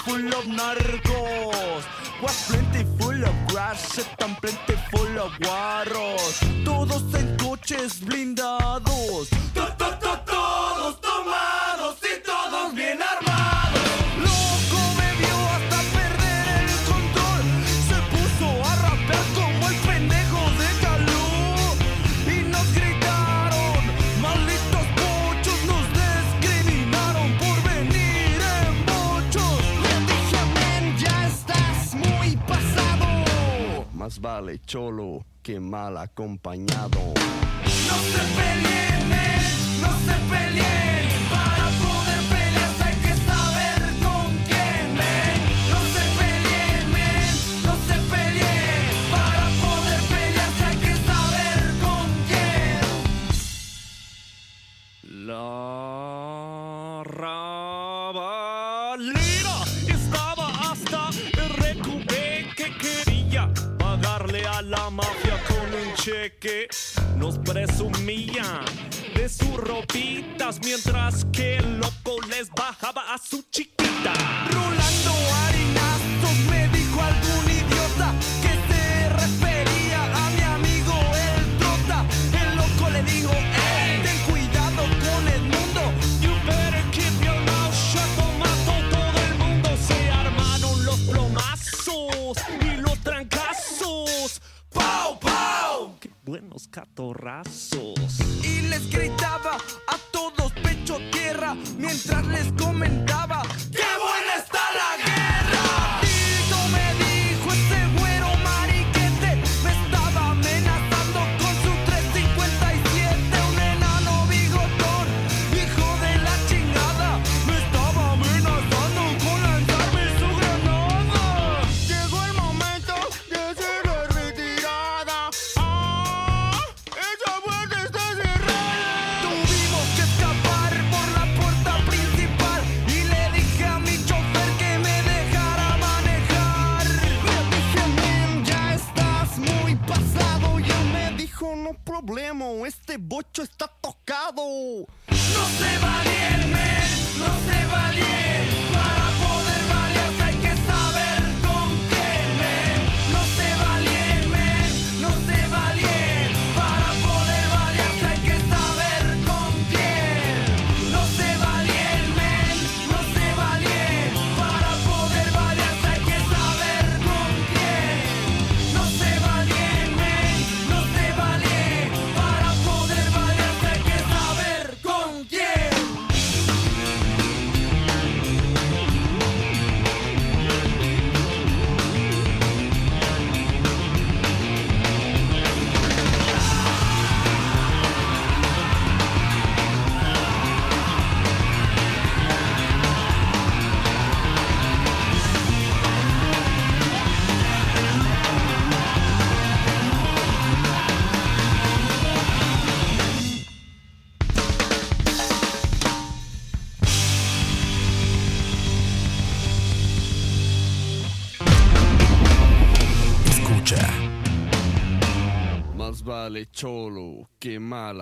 full of narcos. Was plenty full of grass, tan plenty full of guarros. Todos en coches blindados. To- to- to- Todos tomados y todos bien armados. Loco bebió hasta perder el control. Se puso a rapear como el pendejo de calor. Y nos gritaron, malditos pochos, nos discriminaron por venir en bochos. Le dije, men, ya estás muy pasado. Más vale cholo que mal acompañado. No se peleen, eh, no se peleen. Para poder pelearse hay que saber con quién. eh. No se peleen, eh, no se peleen. Para poder pelearse hay que saber con quién. La Lira estaba hasta el recubé que quería pagarle a la mafia con un cheque. Nos presumía de sus ropitas mientras que el loco les bajaba a su chiquita. Rulando harinazos me dijo algún idiota que se refería a mi amigo el trota. El loco le dijo, "Ey, ten cuidado con el mundo. You better keep your mouth shut, tomato. Todo el mundo se armaron los plomazos y los trancazos. ¡Pau, pau! ¡Qué buenos catorrazos! Y les gritaba a todos pecho tierra mientras les comentaba ¡Qué buena está la guerra! Tito me dijo ese güero mariquete me estaba amenazando con su 357 un enano bigotón hijo de la chingada me estaba amenazando con lanzarme su granada llegó el momento de hacer la retirada ¡Ah! ¡Esa puerta está cerrada! Tuvimos que escapar por la puerta principal Y le dije a mi chofer que me dejara manejar Le dije, men, ya estás muy pasado. Y él me dijo, no problema, este bocho está tocado. No se valien, men, no se valien Para poder valerse hay que saber con quién, men No se valien, men, no se valien Para poder valerse hay que saber con quién No se valien, men, no se valien Para poder valerse hay que saber con quién no se valien, men, no se valien Para poder valerse hay que saber con quién Escucha. Más vale cholo que mal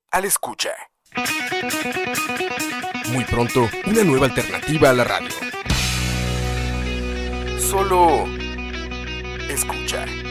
Al escucha. Muy pronto, una nueva alternativa a la radio. Solo escuchar.